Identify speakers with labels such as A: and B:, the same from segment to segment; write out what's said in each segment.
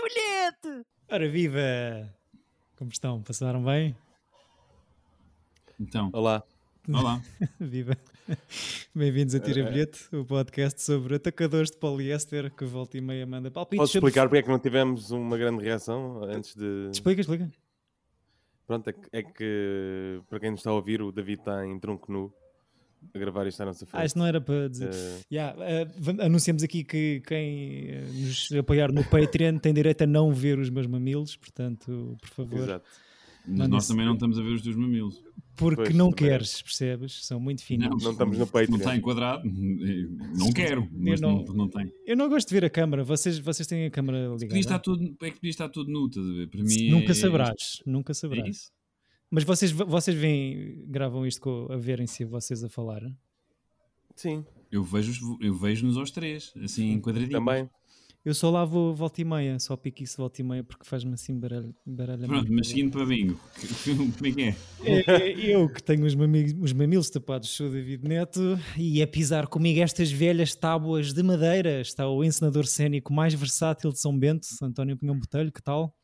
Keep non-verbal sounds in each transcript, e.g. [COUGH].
A: Cacete!
B: Ora viva! Como estão? Passaram bem? [LAUGHS]
C: Então,
D: Olá.
C: olá.
B: Viva! Bem-vindos a
D: É.
B: Tira Bilhete, o podcast sobre atacadores de poliéster que volta e meia manda palpites.
D: Posso
B: sobre-
D: explicar porque é que não tivemos uma grande reação antes de.
B: Explica, explica.
D: Pronto, é que, é que, para quem nos está a ouvir, o David está em tronco nu a gravar isto à nossa
B: Ah,
D: frente.
B: isto não era para dizer.
D: Eh,
B: Yeah, eh, vam- anunciamos aqui que quem eh, nos apoiar no Patreon tem direito a não ver os meus mamilos, portanto, por favor.
D: exato.
B: Não é?
C: Mas nós
B: disse-
C: também não estamos a ver os teus mamilos.
B: Porque
D: Pois,
B: não
D: também. é.
B: queres, percebes? São muito finos.
C: Não,
D: Não estamos no
C: Não
D: Patreon.
C: está enquadrado. Não quero, mas
B: não-
C: não, não tem.
B: Eu não gosto de ver a câmara, vocês, vocês têm a câmara ligada.
C: Podia estar tudo, é que podia estar tudo nu, estás a ver? Para mim
B: Nunca
C: é-
B: saberás, nunca
C: É
B: saberás.
C: isso?
B: Mas vocês, vocês vêm, gravam isto com, a verem-se vocês a falar.
D: Sim,
C: Eu vejo-nos eu vejo aos três, assim, enquadradinhos.
D: também.
B: Eu só lá vou volta e meia, só pico isso volta e meia porque faz-me assim baralho, baralho
C: Pronto, mas seguindo para bingo, [LAUGHS] como é que é?
B: Eu que tenho os, mami- os mamilos tapados, sou o David Neto e a pisar comigo estas velhas tábuas de madeira está o encenador cénico mais versátil de São Bento, António Pinhão Botelho, que tal?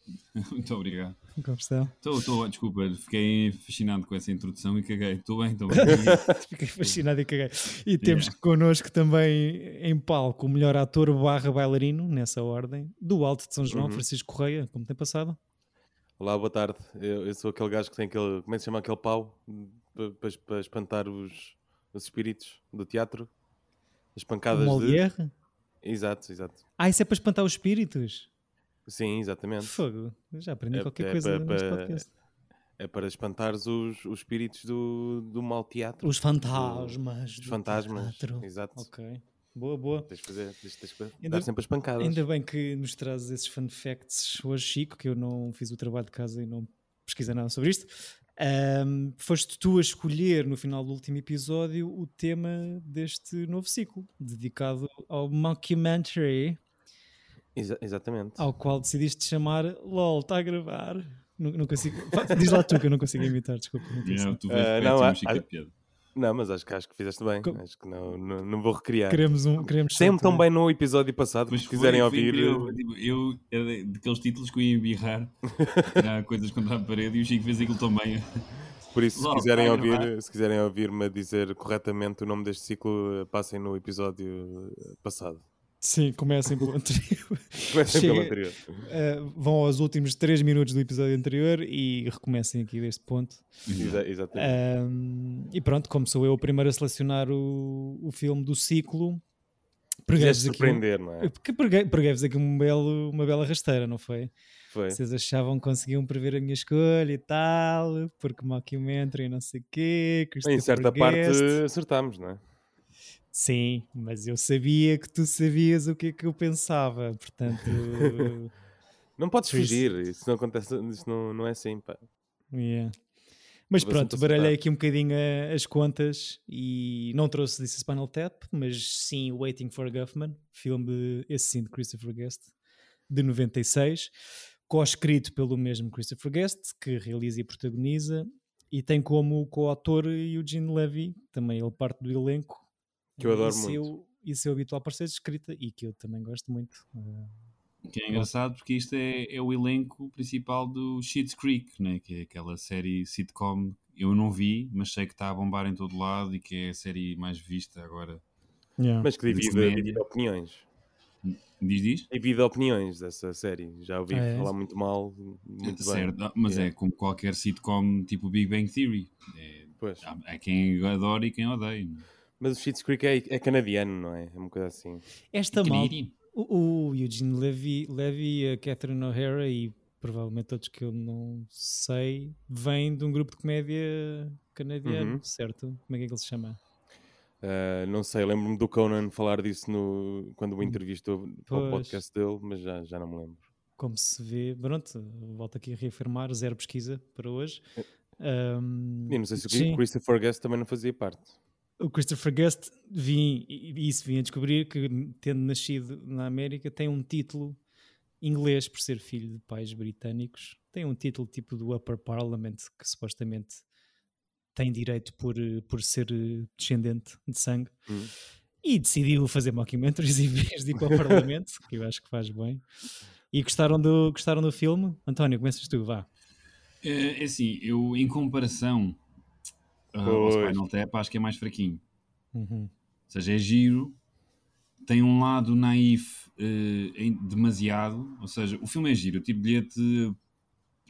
C: Muito obrigado.
B: Como está?
C: Estou, estou, desculpa, fiquei fascinado com essa introdução e caguei. Estou bem,
D: [LAUGHS]
C: estou bem. É,
B: [LAUGHS] Fiquei fascinado e caguei. E temos connosco também em palco o melhor ator barra bailarino, nessa ordem, do Alto de São João,
D: Uhum.
B: Francisco Correia, como tem passado.
D: Olá, boa tarde. Eu, eu sou aquele gajo que tem aquele. Como é que se chama aquele pau? Para, espantar os, os espíritos do teatro. As
B: O
D: pancadas de.
B: Molière.
D: Exato, exato.
B: Ah, isso é para espantar os espíritos?
D: Sim, exatamente.
B: Fogo, eu já aprendi
D: É-
B: qualquer
D: é
B: coisa
D: pa-
B: neste
D: pa-
B: podcast.
D: É para espantar os, os espíritos do, do mau teatro.
B: Os fantasmas.
D: Os
B: do
D: fantasmas.
B: teatro.
D: Exato.
B: Ok, boa, boa.
D: Tens de fazer, tens, tens de
B: Ainda-
D: dar sempre as pancadas.
B: Ainda bem que nos trazes esses fun facts hoje, Chico, que eu não fiz o trabalho de casa e não pesquisei nada sobre isto. Ahm, foste tu a escolher no final do último episódio o tema deste novo ciclo, dedicado ao mockumentary,
D: Exa- exatamente.
B: ao qual decidiste chamar LOL, está a gravar. Nu- Não, consigo. Fa- Diz lá tu que eu não consigo imitar, desculpa. Não tenho
C: Yeah,
B: som.
C: tu vês
D: Eh,
C: uh,
D: não,
C: não,
D: há-
C: Chico, é piada.
D: Não, mas acho que, acho que fizeste bem.
B: Co-
D: Acho que não, não, não vou recriar.
B: Queremos um. Queremos
D: Sempre tão
B: só-
D: bem no episódio passado,
C: Mas
D: se
C: foi-
D: quiserem
C: foi
D: ouvir. eh,
C: incrível, tipo, eu era daqueles títulos que eu ia
D: [LAUGHS]
C: embirrar, tirar coisas contra a parede e o Chico fez aquilo também.
D: Por isso, se
C: Logo, é?
D: quiserem,
C: vai gravar.
D: ouvir, se quiserem ouvir-me a dizer corretamente o nome deste ciclo, eh, passem no episódio eh, passado. [LAUGHS] é
B: Sim, comecem pelo anterior. [LAUGHS]
D: Comecem pelo
B: Chega-
D: anterior.
B: Uh, vão aos últimos 3 minutos do episódio anterior e recomecem aqui deste ponto.
D: Exa-
B: É,
D: exatamente.
B: Um, e pronto, como sou eu o primeiro a selecionar o, o filme do ciclo,
D: Quiseste
B: preguei-vos aqui, um-
D: surpreender, não é?
B: Eu- que preguei- preguei-vos aqui um belo, uma bela rasteira, não foi?
D: Foi.
B: Vocês achavam que conseguiam prever a minha escolha e tal, porque mockumentary e não sei o quê. que isto é
D: Em certa
B: preguest.
D: parte acertámos, não é?
B: Sim, mas eu sabia que tu sabias o que é que eu pensava,
D: [LAUGHS]
B: portanto...
D: Não podes
B: Por isso-
D: fugir, isso não acontece, isso não, não é assim, pá.
B: Yeah. Mas
D: Vou
B: pronto,
D: sempre
B: baralhei aqui um bocadinho a- as contas e não trouxe This is Spinal Tap, mas sim Waiting for Guffman, filme, esse sim, de Christopher Guest, de 96, co-escrito pelo mesmo Christopher Guest, que realiza e protagoniza, e tem como co-autor Eugene Levy, também ele parte do elenco.
D: Que eu adoro
B: e seu,
D: muito.
B: E seu habitual parceiro de escrita, e que eu também gosto muito. eh,
C: Que é engraçado porque isto é, é o elenco principal do Schitt's Creek, né? que é aquela série sitcom. Eu não vi, mas sei que está a bombar em todo lado e que é a série mais vista agora.
D: Mas que
C: De
D: divide,
C: comédia.
D: divide opiniões.
C: Diz, diz?
D: Divide opiniões dessa série. Já ouvi
B: É.
D: falar muito mal, muito
C: Certo,
D: bem.
C: ah, mas
D: Yeah.
C: é como qualquer sitcom tipo Big Bang Theory. É,
D: Pois.
C: há- há quem adora e quem né? odeia.
D: Mas o Schitt's Creek é, é canadiano, não é? É uma coisa assim.
B: Esta malta,
C: Canadian.
B: O, o Eugene Levy, Levy, a Catherine O'Hara e provavelmente outros que eu não sei, vêm de um grupo de comédia canadiano,
D: Uhum.
B: certo? Como é que, é que ele se chama?
D: Ah, não sei, lembro-me do Conan falar disso no, quando o entrevistou para
B: Hum. Pois.
D: o podcast dele, mas já, já não me lembro.
B: Como se vê, pronto, volto aqui a reafirmar, zero pesquisa para hoje. Ahm,
D: E não sei se o
B: Hum, sim,
D: Christopher Guest também não fazia parte.
B: o Christopher Guest vim, e e isso vim a descobrir que, tendo nascido na América, tem um título inglês por ser filho de pais britânicos. Tem um título tipo do Upper Parliament, que supostamente tem direito por, eh, por ser eh, descendente de sangue.
D: Hum.
B: E decidiu fazer mockumentaries [LAUGHS] em vez de ir para o Parlamento, que eu acho que faz bem. E gostaram do, gostaram do filme? António, começas tu, vá.
C: É é assim, eu em comparação ah, ao
D: Pois.
C: Spinal Tap acho que é mais fraquinho.
B: Uhum.
C: Ou seja, é giro, tem um lado naif eh, em- demasiado. Ou seja, o filme é giro, eu tive bilhete eh,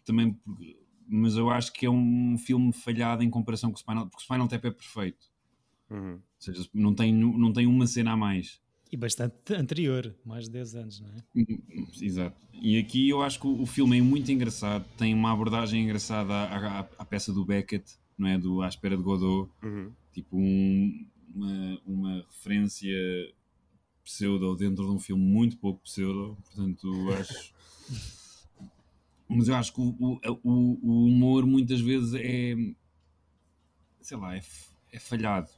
C: também, por- mas eu acho que é um filme falhado em comparação com o Spinal porque o Spinal Tap é perfeito.
D: Uhum.
C: Ou seja, não tem, nu- não tem uma cena a mais.
B: E bastante anterior, mais de 10 anos, não é?
C: Exato. E aqui eu acho que o o filme é muito engraçado, tem uma abordagem engraçada à, à- à peça do Beckett, não é? Do À Espera de Godot,
D: Uhum.
C: tipo um- uma, uma referência pseudo dentro de um filme muito pouco pseudo, portanto eu acho. Mas eu acho que o, o- o- o humor muitas vezes é. sei lá, é, f- é falhado.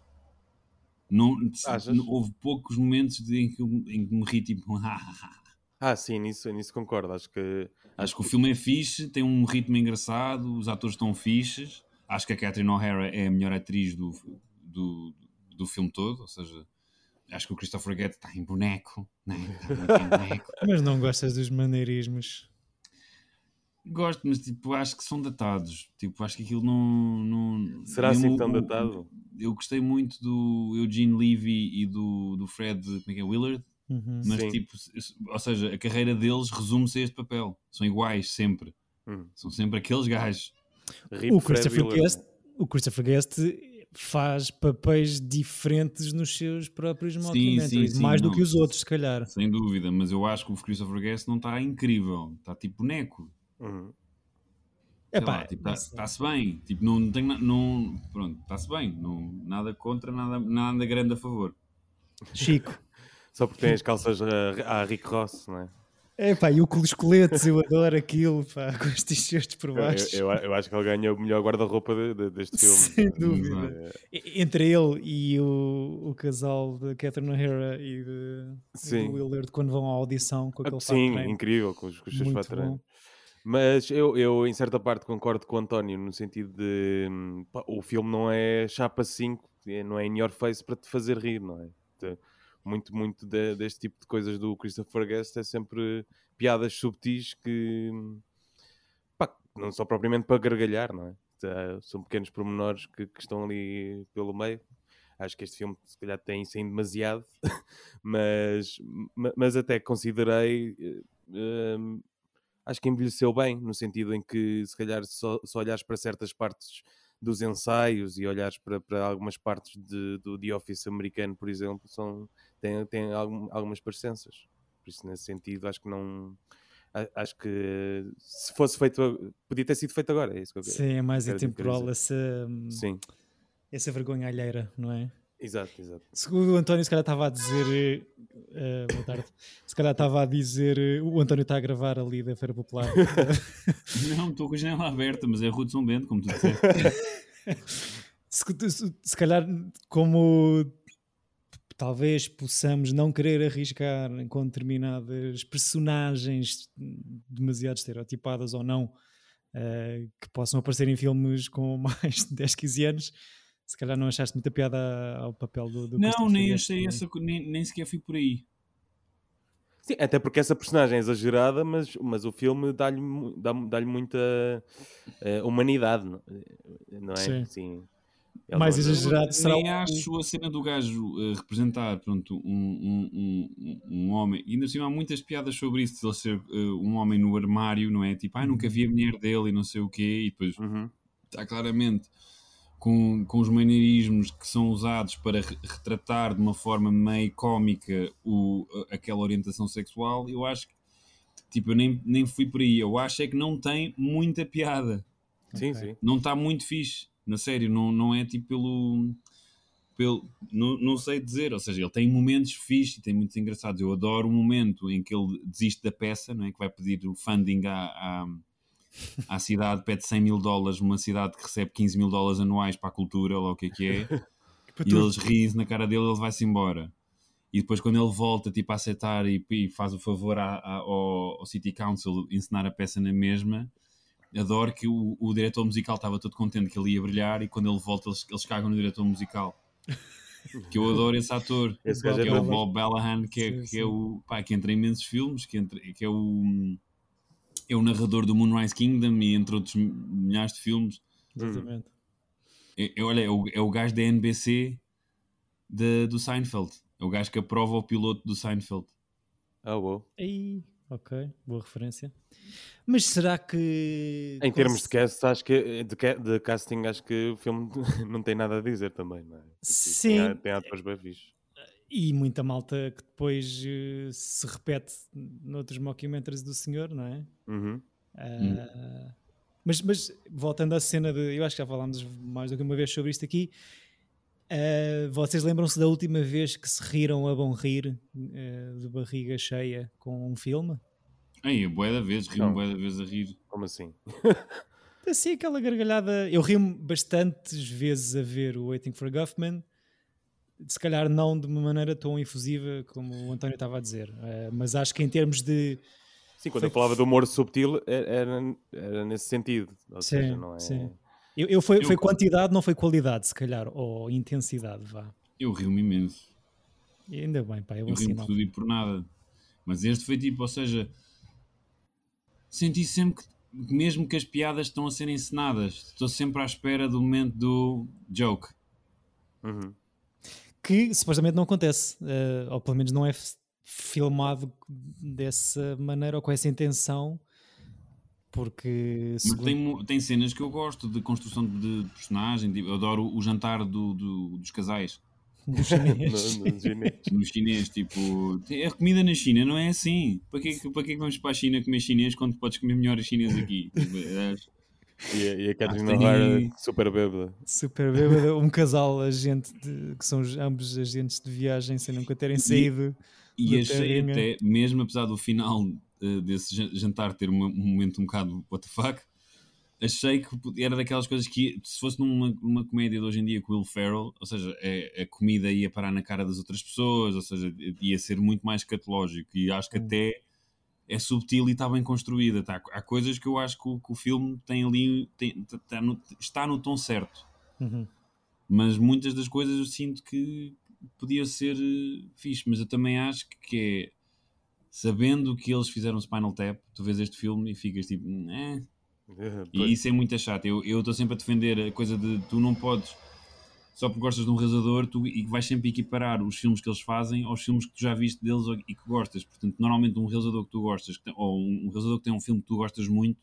C: Não,
D: Achas?
C: houve poucos momentos de- em, que, eu- em que me ri tipo. [LAUGHS]
D: Ah, sim, nisso, nisso concordo. Acho que.
C: Acho que o filme é fixe, tem um ritmo engraçado, os atores estão fixes. Acho que a Catherine O'Hara é a melhor atriz do, do, do filme todo, ou seja, acho que o Christopher Guest está em boneco, né? Está muito em boneco. [LAUGHS]
B: Mas não gostas dos maneirismos.
C: Gosto, mas tipo, acho que são datados. Tipo, acho que aquilo não. não
D: Será
C: mesmo
D: assim
C: o-
D: tão
C: o-
D: datado?
C: Eu gostei muito do Eugene Levy e do, do Fred como é que é, Willard,
B: Uhum.
C: mas
D: Sim.
C: tipo, se- ou seja, a carreira deles resume-se a este papel. São iguais sempre.
D: Hum.
C: São sempre aqueles gajos.
D: Rip
B: O
D: Fred
B: Christopher,
D: Willard.
B: Guest, o Christopher Guest faz papéis diferentes nos seus próprios
C: Sim,
B: mockumentaries,
C: sim, sim,
B: mais do
C: não.
B: que os outros, se calhar.
C: Sem dúvida, mas eu acho que o Christopher Guest não está incrível, está tipo boneco.
D: Uhum.
C: Sei
B: Epá, é assim,
C: lá, tipo,
D: ah,
B: não
C: está-
B: sei.
C: está-se bem, tipo, não tem na- não, pronto, está-se bem, não, nada contra, nada, nada grande a favor.
B: Chico.
D: Só porque tem as calças ah, à Rick Ross, não é?
B: Epá, e o com os coletes, eu adoro aquilo, pá, [LAUGHS] com os t-shirts por
D: Eu,
B: baixo. [LAUGHS]
D: eu- eu acho que ele ganha o melhor guarda-roupa de- de- deste filme.
B: Sem
C: dúvida.
B: E- Entre ele e o, o casal de Catherine O'Hara e de e
D: Sim.
B: do Willard, quando vão à audição com aquele
D: Ah, Sim,
B: fato, é?
D: incrível, com os, com os seus
B: Muito
D: patrões.
B: bom.
D: Mas eu, eu, em certa parte, concordo com o António, no sentido de hum, pá, o filme não é chapa 5, é- não é in your face para te fazer rir, não é? Te- Muito, muito de- deste tipo de coisas do Christopher Guest é sempre piadas subtis que hum, pá, não são propriamente para gargalhar, não é? Tá, São pequenos pormenores que, que estão ali pelo meio. Acho que este filme, se calhar, tem isso em demasiado, [LAUGHS] mas, ma- mas até considerei eh, hum, acho que envelheceu bem, no sentido em que se calhar só, só olhares para certas partes dos ensaios e olhares para, para algumas partes de- do The Office americano, por exemplo, são, tem, tem algum- algumas parecenças. Por isso, nesse sentido, acho que não. a- Acho que se fosse feito. a- Podia ter sido feito agora, é isso que eu quero.
B: Sim, é mais
D: Quero dizer, quero
B: intemporal essa,
D: Sim,
B: essa vergonha alheira, não é?
D: exato, exato.
B: Segundo o António, se calhar estava a dizer. eh, eh, boa tarde. Se calhar estava a dizer. eh, o António está a gravar ali da Feira
C: [LAUGHS]
B: Popular.
C: Não, estou com a janela aberta, mas é Ruth São Bento, como tu
B: [LAUGHS]
C: disseste.
B: se, se- se calhar, como talvez possamos não querer arriscar com determinadas personagens demasiado estereotipadas ou não, eh, que possam aparecer em filmes com [LAUGHS] mais de 10, 15 anos, se calhar não achaste muita piada ao papel do. do
C: Não,
B: Christopher
C: nem
B: Guest,
C: achei
B: não é?
C: essa, co- nem, nem sequer fui por aí.
D: Sim, até porque essa personagem é exagerada, mas, mas o filme dá-lhe mu- dá, dá muita eh, humanidade, não- não é?
B: Sim.
D: Ele
B: Mais
D: não-
B: exagerada. Gerado será
C: nem é.
B: um-
C: acho a cena do gajo eh, representar pronto, um, um, um, um homem. E ainda por cima há muitas piadas sobre isso, de ele ser eh, um homem no armário, não é? Tipo, ah,
B: Uhum.
C: nunca vi a mulher dele e não sei o quê, e depois
D: Uhum.
C: está claramente com, com os maneirismos que são usados para re- retratar de uma forma meio cómica o, a- aquela orientação sexual, eu acho que tipo, eu nem, nem fui por aí. Eu acho é que não tem muita piada,
D: Sim,
B: Ok.
D: sim.
C: não está muito fixe, na sério, não, não é tipo pelo. pelo não, não sei dizer, ou seja, ele tem momentos fixes e tem muitos engraçados. Eu adoro o momento em que ele desiste da peça, não é? que vai pedir o funding à, à, à cidade, pede 100 mil dólares, uma cidade que recebe 15 mil dólares anuais para a cultura, ou lá o que é que é. E eles riem na cara dele, ele vai-se embora. E depois, quando ele volta tipo, a aceitar e, e faz o favor à- à- ao, ao City Council ensinar a peça na mesma, adoro que o, o diretor musical estava todo contente que ele ia brilhar e quando ele volta, eles, eles cagam no diretor musical. que eu adoro esse ator,
D: [LAUGHS] Esse
C: que
D: gajo é
C: é o
D: bom.
C: Bob Bellahan, que é,
B: Sim,
C: que
B: sim.
C: é o pá, que entra em imensos filmes, que, entra- que é o é o narrador do Moonrise Kingdom e entre outros milhares de filmes.
D: Hum.
B: Exatamente.
C: É, é, olha, é o, é o gajo da NBC da- do Seinfeld. É o gajo que aprova o piloto do Seinfeld.
D: Ah, uou.
B: Aí, ok, boa referência. Mas será que.
D: Em termos de
B: cast?
D: cast, acho que eh, de, ca- de casting, acho que o filme [LAUGHS] não tem nada a dizer também, não é? Tipo,
B: Sim.
D: Tem, a- tem atores bem fixos.
B: E muita malta que depois eh, se repete noutros mockumentaries do senhor, não é?
D: Uhum.
B: Ah, mas, mas voltando à cena de. Eu acho que já falámos mais do que uma vez sobre isto aqui. Ah, vocês lembram-se da última vez que se riram a bom rir eh, de barriga cheia com um filme?
C: Ai, é bué da vez, rio-me
D: Não.
C: bué da vez a rir.
D: Como assim?
B: Assim, aquela gargalhada. Eu ri-me bastantes vezes a ver o Waiting for Guffman. Se calhar não de uma maneira tão efusiva como o António estava a dizer, Ah, mas acho que em termos de.
D: Sim, quando
B: Foi-
D: eu falava de humor subtil, era, era- era nesse sentido. Ou
B: Sim,
D: seja, não é.
B: sim. Eu, eu foi,
C: Eu-
B: foi quantidade, não foi qualidade, se calhar, ou intensidade, vá.
C: Eu rio-me imenso.
B: E ainda bem, pá, é bom
C: Eu rio
B: sinal.
C: por tudo e por nada. Mas este foi tipo, ou seja, senti sempre que, mesmo que as piadas estão a ser encenadas, estou sempre à espera do momento do joke.
B: [LAUGHS]
D: Uhum.
B: que supostamente não acontece, eh, ou pelo menos não é f- filmado dessa maneira ou com essa intenção, porque
C: Mas
B: segundo-
C: tem, mu- tem cenas que eu gosto de construção de, de personagem. tipo, eu adoro o jantar do- do- dos casais.
B: do chinês.
C: é?
D: No, no chinês.
C: No chinês, tipo, tem- a comida na China não é assim. Para que, é que- para que é que vamos para a China comer chinês quando podes comer melhor chinês aqui? Tipo, é-
D: E, a- e a Catarina
C: Ah, tem aí-
D: O'Hara, super bêbada.
B: super bêbado, um casal agente de- que são os- ambos agentes de viagem sem nunca terem saído.
C: E
B: da
C: achei
B: terrinha.
C: até, mesmo apesar do final eh, desse jan- jantar ter uma- um momento um bocado what the fuck, achei que pod- era daquelas coisas que, se fosse numa, numa comédia de hoje em dia com o Will Ferrell, ou seja, é, a, a comida ia parar na cara das outras pessoas, ou seja, ia ser muito mais catológico. E acho que
B: Hum.
C: até é subtil e está bem construída. Tá? Há coisas que eu acho que o, que o filme tem ali, tem- tá- tá no- está no tom certo
B: Uhum.
C: mas muitas das coisas eu sinto que podia ser eh, fixe, mas eu também acho que, que é sabendo que eles fizeram Spinal Tap, tu vês este filme e ficas tipo, "Hum, eh." e isso é muito chato. Eu eu estou sempre a defender a coisa de tu não podes, só porque gostas de um realizador, tu e vais sempre equiparar os filmes que eles fazem aos filmes que tu já viste deles ou- e que gostas. Portanto, normalmente um realizador que tu gostas, que tem- ou um um realizador que tem um filme que tu gostas muito,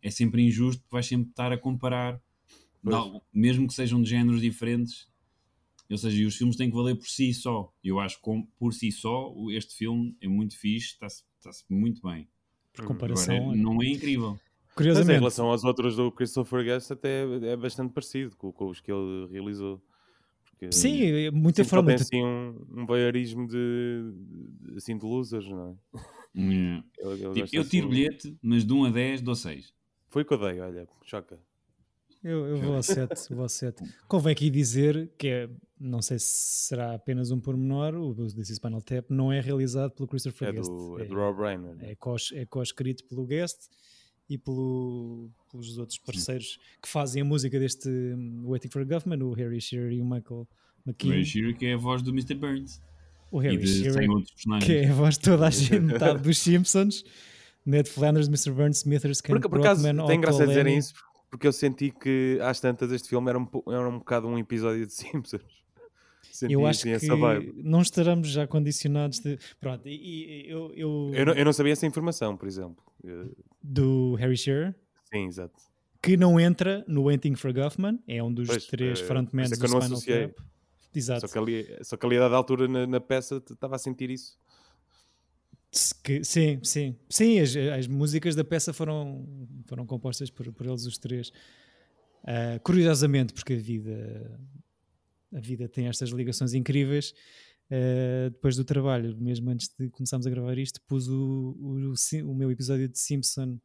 C: é sempre injusto, porque vais sempre estar a comparar de
D: Pois.
C: algo- mesmo que sejam de géneros diferentes. Ou seja, e os filmes têm que valer por si só. Eu acho que com- por si só o- este filme é muito fixe, está-se está-se muito bem.
B: Por
D: Uhum.
B: comparação,
C: Agora,
B: olha,
C: não é incrível.
D: Mas em
B: curiosamente,
D: relação aos outros do Christopher Guest, até é bastante parecido com, com os que ele realizou. Porque-
B: sim, é muita
D: Sim,
B: forma.
D: Tem
B: de-
D: assim um, um voyeurismo de, de- assim, de losers, não é?
C: É.
D: Ele- ele
C: Tipo,
D: gosta
C: eu
D: assim-
C: tiro bilhete, mas de 1 a 10 dou 6.
D: Foi o que eu dei, olha, choca.
B: Eu, eu vou ao 7, vou ao 7. Convém aqui dizer que é, não sei se será apenas um pormenor, o This is Spinal Tap não é realizado pelo Christopher
D: É
B: Guest.
D: do, é
B: É-
D: do Rob Reiner. né?
B: é cos- é co-escrito pelo Guest e pelo- pelos outros parceiros que fazem a música deste hum, Waiting for Government, o Harry Shearer e o Michael
C: Que... Ray
B: McKean.
C: Shearer, que é a voz do Mr. Burns.
B: O
C: E
B: Harry
C: de
B: Shearer,
C: tem outros personagens.
B: que é a voz de toda a gente, metade dos Simpsons, Ned Flanders, Mr. Burns, Smithers, Ken
D: Por, por acaso,
B: Brockman,
D: tem graça a
B: Otto
D: dizerem
B: Lenny.
D: isso, porque eu senti que às tantas este filme era um, po- era um bocado um episódio de [LAUGHS] Simpsons. Senti
B: Eu acho
D: assim,
B: que
D: essa vibe.
B: não estaremos já condicionados de... Pronto, e, e- eu, eu-
D: Eu não, eu não sabia essa informação, por exemplo. Eh,
B: Do Harry Shearer,
D: Sim, exato.
B: que não entra no Waiting for Guffman, é um dos
D: Pois,
B: três
D: eh,
B: frontmen
D: por isso é
B: do
D: que eu não
B: Spinal
D: associei.
B: Tap. Exato.
D: Só que, ali, só que ali a dada altura na, na peça t- estava a sentir isso.
B: Se que- sim, sim. Sim, as, as músicas da peça foram, foram compostas por, por eles os três. Ah, curiosamente, porque a vida, a vida tem estas ligações incríveis. ah, depois do trabalho, mesmo antes de começarmos a gravar isto, pus o, o, o Sim- o meu episódio de Simpson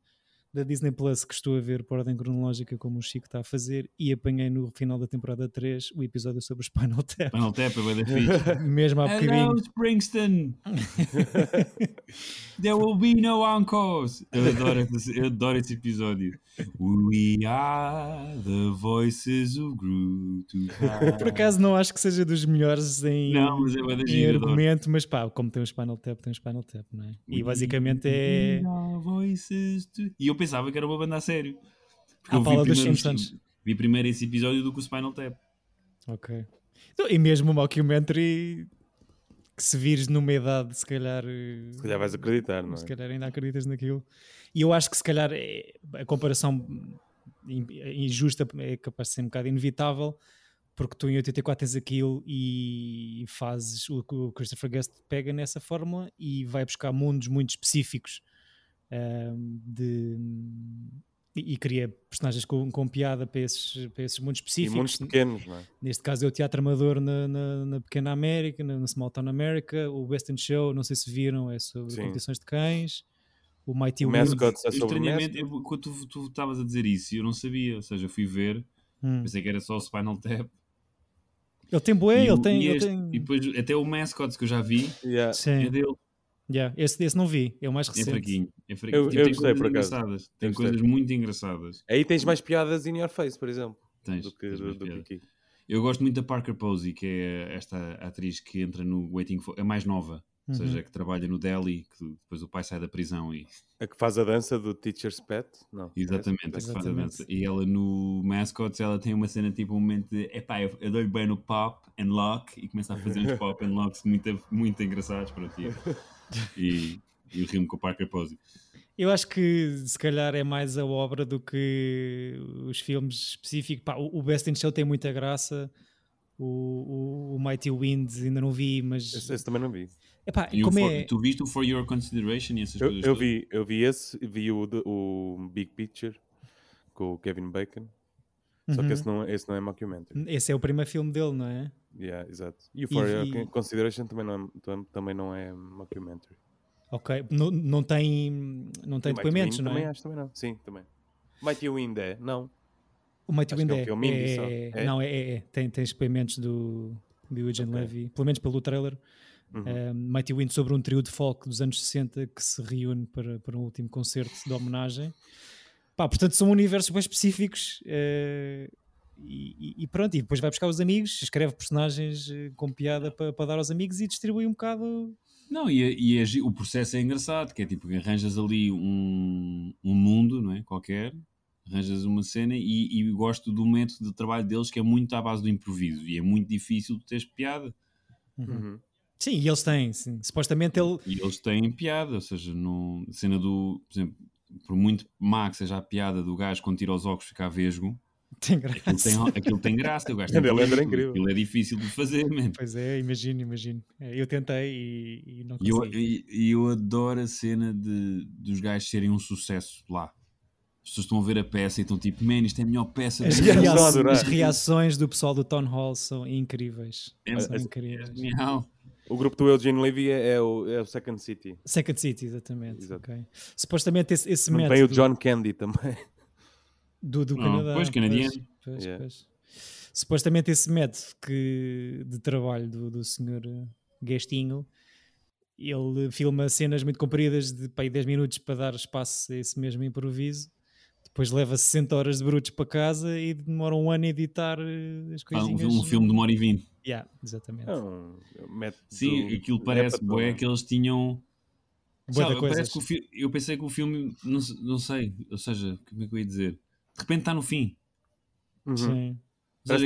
B: da Disney Plus que estou a ver por ordem cronológica, como o Chico está a fazer, e apanhei no final da temporada 3 o episódio sobre o Spinal
C: [LAUGHS]
B: Tap.
C: Panel Tap é bué
B: [LAUGHS]
C: da fixe.
B: Mesmo há
C: Hello,
B: bocadinho.
C: Springsteen! There will be no encores! Eu adoro, esse, eu adoro esse episódio. We are the voices of Groot.
B: [LAUGHS] Por acaso não acho que seja dos melhores em,
C: Não, mas é bué da
B: em
C: gira, adoro.
B: argumento, mas pá, como tem o Spinal Tap, tem o Spinal Tap, não é? E basicamente é.
C: We are voices to- E eu pensava que era uma banda a sério. Porque
B: À
C: eu vi
B: pala dos
C: primeiro os-
B: Simpsons.
C: Vi primeiro esse episódio do que o Spinal Tap.
B: Ok. Então, e mesmo o mockumentary que se vires numa idade, se calhar. eh,
D: Se calhar vais acreditar, não é?
B: se calhar ainda acreditas naquilo. E eu acho que se calhar é- a comparação in- injusta é capaz de ser um bocado inevitável, porque tu em 84 tens aquilo e fazes o que o Christopher Guest pega nessa fórmula e vai buscar mundos muito específicos ahm, de. E e cria personagens com, com piada para esses, para esses mundos
D: E
B: específicos
D: muitos pequenos, não é?
B: neste caso é o Teatro Amador na, na, na Pequena América, na, na Small Town America, o West End Show, não sei se viram, é sobre
D: Sim.
B: competições de cães, o Mighty
D: O
B: Woods.
D: Mascots é
C: Eu,
D: sobre
C: estranhamente,
D: mascots.
C: eu- quando tu- tu estavas a dizer isso, eu não sabia. Ou seja, eu fui ver,
B: Hum.
C: pensei que era só o Spinal Tap.
B: Ele tem bué,
C: E
B: ele
C: o-
B: tem...
C: e
B: Ele
C: este-
B: tem...
C: E depois até o mascotes que eu já vi
D: Yeah.
C: é
B: Sim,
C: dele.
B: yeah. esse, esse não vi, é o mais
C: É
B: recente.
C: fraquinho. É fraquinho.
D: Eu-
C: Tipo,
D: eu
C: tem
D: gostei,
C: coisas
D: por acaso.
C: engraçadas. Tem
D: Eu gostei.
C: coisas muito engraçadas.
D: Aí tens mais piadas in your face, por exemplo,
C: Tens,
D: do que,
C: tens
D: do,
C: mais
D: do que
C: piada.
D: aqui.
C: Eu gosto muito da Parker Posey, que é esta atriz que entra no Waiting for. a mais nova.
B: Uhum.
C: Ou seja, que trabalha no Delhi, que depois o pai sai da prisão e.
D: A que faz a dança do Teacher's Pet? Não.
C: Exatamente, a que faz a
B: Exatamente.
C: dança. E ela no Mascots, ela tem uma cena tipo um momento de epá, eu, eu dou-lhe bem no pop and lock e começa a fazer uns pop and locks muito, muito engraçados para ti. E, e eu rimo com o Parker Posey.
B: Eu acho que se calhar é mais a obra do que os filmes específicos. Pá, o o Best in Show tem muita graça. O, o, o Mighty Wind ainda não vi, mas.
D: Esse, esse também não vi.
B: Epá,
C: E o
B: como
C: for-
B: é.
C: Tu viste o For Your Consideration e essas
D: Eu,
C: coisas?
D: eu
C: todas?
D: vi, eu vi esse, vi o, de- o Big Picture com o Kevin Bacon. Só que
B: Uhum.
D: esse não, esse não é mockumentary.
B: Esse é o primeiro filme dele, não é?
D: Yeah, exato. E o For Your
B: vi-
D: Consideration também não é, tam- também não é mockumentary.
B: Ok, não, não tem, não tem
D: E Mighty
B: depoimentos,
D: Wind
B: não
D: também
B: é?
D: acho também não. Sim, também. Mighty Wind é? Não.
B: O Mighty
D: acho que
B: Wind
D: é um
B: é,
D: filme indie
B: é-
D: só. É?
B: Não, é, é, é. Tem, tem depoimentos do, do Eugene
D: Ok.
B: Levy, pelo menos pelo trailer.
D: Uhum.
B: Um, Mighty Wind sobre um trio de folk dos anos 60 que se reúne para, para um último concerto de homenagem. Pá, portanto, são universos bem específicos. eh, e, e- e pronto, e depois vai buscar os amigos, escreve personagens eh, com piada para, para dar aos amigos e distribui um bocado.
C: Não, e, é- e é gi- o processo é engraçado, que é tipo, arranjas ali um, um mundo, não é? Qualquer, arranjas uma cena e, e gosto do método de trabalho deles que é muito à base do improviso e é muito difícil de teres piada.
D: Uhum.
B: Sim, e eles têm, sim. Supostamente ele, [LAUGHS]
C: E eles têm piada, ou seja, não, cena do, por exemplo, por muito má que seja a piada do gajo quando tira os óculos ficar vesgo,
B: tem
C: aquilo
D: [LAUGHS]
B: graça.
C: tem, aquilo tem graça, o gajo tem
D: Ele era
C: talento,
D: incrível.
C: aquilo é difícil de fazer, man.
B: Pois é, imagino, imagino. É, Eu tentei e, e não
C: E eu,
B: consegui.
C: e- e eu adoro a cena de, dos gajos serem um sucesso lá. As pessoas estão a ver a peça e estão tipo, man, isto é a melhor peça
B: As,
C: do
D: reações-
C: mundo."
B: rea-
D: adoro,
B: as
D: é.
B: reações do pessoal do Town Hall são incríveis.
C: É,
B: São
D: é-
C: É
B: incríveis.
C: genial.
D: O grupo do Eugene Levy é, é o, é o Second City.
B: Second City, exatamente.
D: Exato.
B: ok. Supostamente esse, esse
D: Não Tem o
B: método
D: John Candy também. [LAUGHS]
B: do, do
C: Não,
B: Canadá.
C: pois, canadiano.
B: pois,
D: Yeah.
B: pois. Supostamente esse método que, de trabalho do, do senhor Gastinho, ele filma cenas muito compridas de pá, aí 10 minutos para dar espaço a esse mesmo improviso. Depois leva 60 horas de brutos para casa e demora um ano a editar eh, as
C: Ah, um,
B: coisinhas.
C: um filme de uma hora e vinte.
B: Yeah, exatamente.
D: É um método.
C: Sim, aquilo parece
D: é
C: bué que eles tinham.
B: Bué de
C: Sabe,
B: coisas.
C: parece que o fi- Eu pensei que o filme, não, se- não sei, ou seja, como é que eu ia dizer? De repente está no fim.
D: Uhum.
B: Sim.
C: Ou
D: Parece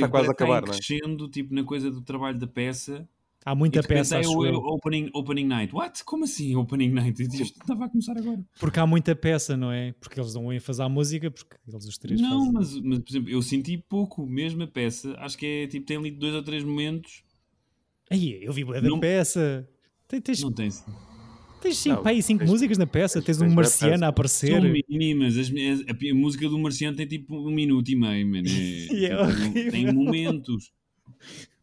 C: seja,
D: que está quase a
C: em
D: acabar, não é?
C: crescendo, tipo, na coisa do trabalho da peça.
B: Há muita
C: e de repente
B: peça,
C: é
B: acho
C: o,
B: eu.
C: o opening, opening night. What? Como assim opening night? Isto estava a começar agora.
B: Porque há muita peça, não é? Porque eles dão ênfase à música, porque eles os três fazem.
C: Não, mas, mas, por exemplo, eu senti pouco mesmo a peça. Acho que é tipo, tem ali dois ou três momentos.
B: Aí, eu vi bué da
C: Não-
B: peça. Tem- Tens,
C: Não tem. São
B: tens cinco,
D: Não,
B: pá, aí cinco
D: tens-
B: músicas na peça,
D: tens-
B: tens, um
D: tens bué
B: marciano
D: peça.
B: a
D: um
B: aparecer.
C: mínimas. As, minhas- a, pi- a música do Marciano tem tipo um minuto e meio, mano. É,
B: [LAUGHS] E é
C: tipo,
B: horrível.
C: tem momentos.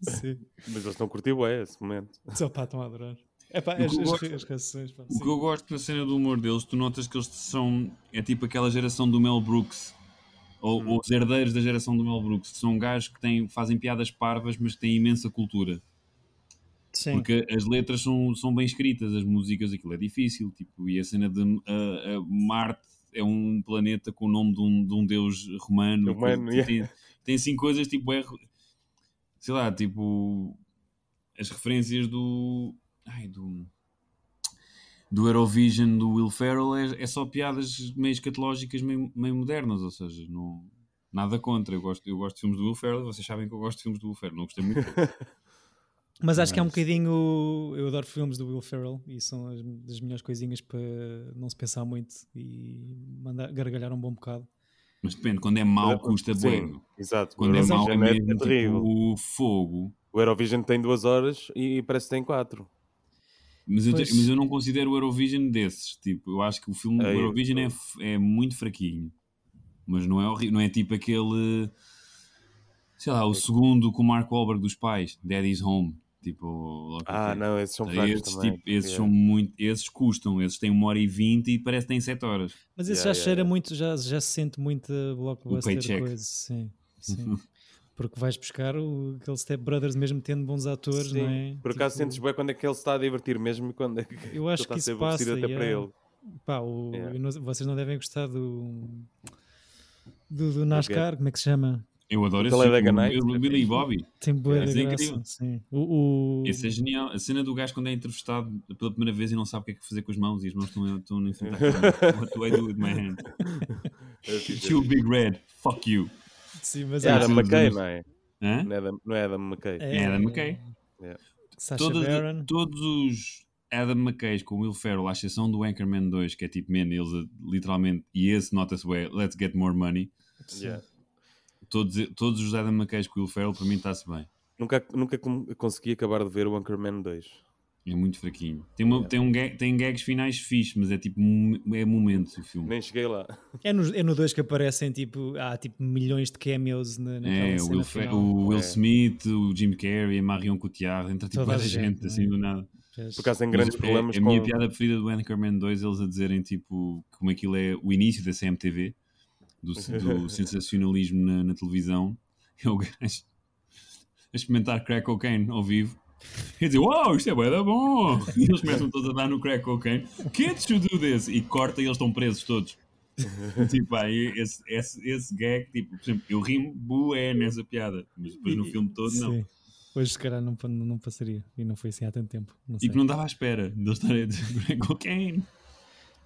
B: Sim.
D: Mas eles não curtiram é, esse momento.
B: Só pá, estão a adorar. Epá,
C: O
B: as,
C: que eu
B: as-
C: gosto-
B: as reações, pá,
C: O
B: sim.
C: que eu gosto na cena do humor deles, tu notas que eles são. É tipo aquela geração do Mel Brooks. Ou, ou os herdeiros da geração do Mel Brooks. que São gajos que têm, fazem piadas parvas, mas que têm imensa cultura.
B: Sim.
C: Porque as letras são, são bem escritas, as músicas, aquilo é difícil. Tipo, e a cena de ah, ah, Marte é um planeta com o nome de um, de um deus romano.
D: Romano,
C: coisa-
D: yeah.
C: tem, tem assim coisas tipo. É, sei lá, tipo. As referências do. Ai, do. Do Eurovision do Will Ferrell é, é só piadas meio escatológicas, meio, meio modernas, ou seja, não, nada contra. Eu gosto, eu gosto de filmes do Will Ferrell, vocês sabem que eu gosto de filmes do Will Ferrell, não gostei muito
B: Mas acho que é um
C: Mas-
B: bocadinho. Eu adoro filmes do Will Ferrell e são as, das melhores coisinhas para não se pensar muito e mandar, gargalhar um bom bocado.
C: Mas depende, quando é mau custa
D: Sim,
C: bem.
D: Exato.
C: Quando é
D: o
C: mau é
D: Eurovision
C: mesmo
D: terrível.
C: tipo, fogo.
D: O Eurovision tem duas horas e parece que tem quatro.
C: Mas eu, te-
B: Pois.
C: mas eu não considero o Eurovision desses. Tipo, eu acho que o filme do
D: Aí,
C: Eurovision é, f- é muito fraquinho. Mas não é horrível. Não é tipo aquele. Sei lá,
D: É.
C: o segundo com o Marco Wahlberg dos pais, Daddy's Home. Tipo, logo
D: Ah,
C: assim.
D: não, esses são fracos
C: Esses,
D: também. É.
C: tipo, esses
D: Yeah.
C: são muito. Esses custam. Esses têm uma hora e vinte e parece que têm sete horas.
B: Mas isso
D: Yeah,
B: já
D: yeah,
B: cheira
D: yeah.
B: muito, já, já se sente muito a blockbuster
C: paycheck.
B: coisa. Sim,
D: Uhum.
B: sim. Porque vais buscar o, aquele Step Brothers mesmo tendo bons atores,
D: Sim.
B: não é?
D: Por acaso
B: Tipo,
D: sentes bem quando é que ele se está a divertir mesmo e quando é que
B: Eu acho
D: está
B: que
D: a ser
B: isso
D: aborrecido
B: passa.
D: até para
B: yeah.
D: ele.
B: Pá, o-
D: Yeah.
B: eu não- vocês não devem gostar do. Do, do NASCAR, como é que se chama?
C: Eu adoro esse
D: Talladega
C: filme.
D: Nights,
C: Eu-
D: é
C: Billy
D: fixe.
C: Bobby.
B: Tem boa
C: Yeah,
B: da
C: isso é
B: graça.
C: incrível.
B: Sim. O, o-
C: Esse é genial. A cena do gajo quando é entrevistado pela primeira vez e não sabe o que é que fazer com as mãos e as mãos estão, estão em frente à câmera. What do I do with my hand?
D: É fixe, é
C: You [LAUGHS]
D: fixe.
C: big red. Fuck you.
B: Sim, mas
D: É
B: é-
C: Yeah,
D: Adam
C: Sim,
D: McKay,
C: sim.
D: não é?
C: Hã?
D: Não é Adam, não é Adam McKay.
C: É Adam McKay.
D: Yeah.
B: Sasha
C: Todos,
B: Baron.
C: todos os Adam McKays com Will Ferrell, à exceção do Anchorman 2, que é tipo, man, eles uh, literalmente, e esse nota-se, ué, let's get more money.
B: Sim.
D: Yeah.
C: Todos, eh, todos os Adam McKays com Will Ferrell, para mim está-se bem.
D: Nunca, nunca com- consegui acabar de ver o Anchorman 2.
C: É muito fraquinho. Tem, uma,
D: Yeah.
C: tem, um gag- tem gags finais fixe, mas é tipo, mo- é momento o filme.
D: Nem cheguei lá.
B: É no, é no 2 que aparecem tipo, há tipo milhões de cameos na, naquela
C: É, o
B: cena
C: Will, Fe-
B: final.
C: o Will
D: É.
C: Smith, o Jim Carrey, a Marion Cotillard, entra tipo
B: Toda a
C: toda a gente,
B: gente,
C: assim
B: não é?
C: do nada.
B: Pois.
D: Por acaso tem
C: Mas
D: grandes
C: é-
D: problemas
C: é,
D: com...
C: A minha piada preferida do Anchorman 2, eles a dizerem tipo como aquilo é o início da CMTV, do,
D: [LAUGHS]
C: do sensacionalismo na, na televisão, é o gajo a experimentar crack cocaine ao vivo. E dizer, uau, isto é bué da bom! E eles começam todos a dar no crack cocaine. Kids should do this! E corta e eles estão presos todos. tipo, aí esse, esse, esse gag, tipo, por exemplo, eu rimo bué nessa piada, mas depois no filme todo não.
B: Sim. Hoje se calhar não, pa- não passaria e não foi assim há tanto tempo. não sei.
C: E que Tipo, não dava à espera de eles estarem a dizer crack cocaine.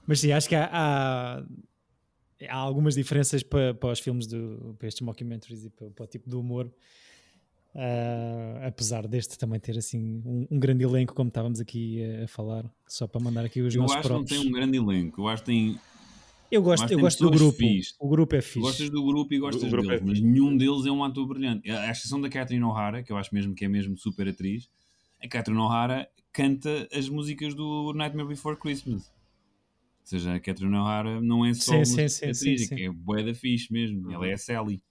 B: Mas sim, acho que há, há, há algumas diferenças para, para os filmes, do, para estes mockumentaries e para, para o tipo de humor. Ah, apesar deste também ter assim um, um grande elenco, como estávamos aqui a, a falar, só para mandar aqui os
C: Eu
B: nossos
C: acho que não
B: próprios.
C: tem um grande elenco. Eu acho que tem.
B: Eu gosto,
C: acho
B: eu
C: que tem
B: gosto do
C: pessoas
B: grupo.
C: fixe.
B: O grupo é fixe.
C: Gostas do grupo e gostas
D: O grupo
C: deles,
D: é
C: mas
D: fixe.
C: nenhum deles é um ator brilhante. À exceção da Catherine O'Hara, que eu acho mesmo que é mesmo super atriz, a Catherine O'Hara canta as músicas do Nightmare Before Christmas. Ou seja, a Catherine O'Hara não é só
B: Sim,
C: uma
B: sim, sim,
C: atriz,
B: sim,
C: é que
B: sim. Uhum.
C: é bué da fixe mesmo. Ela é a Sally.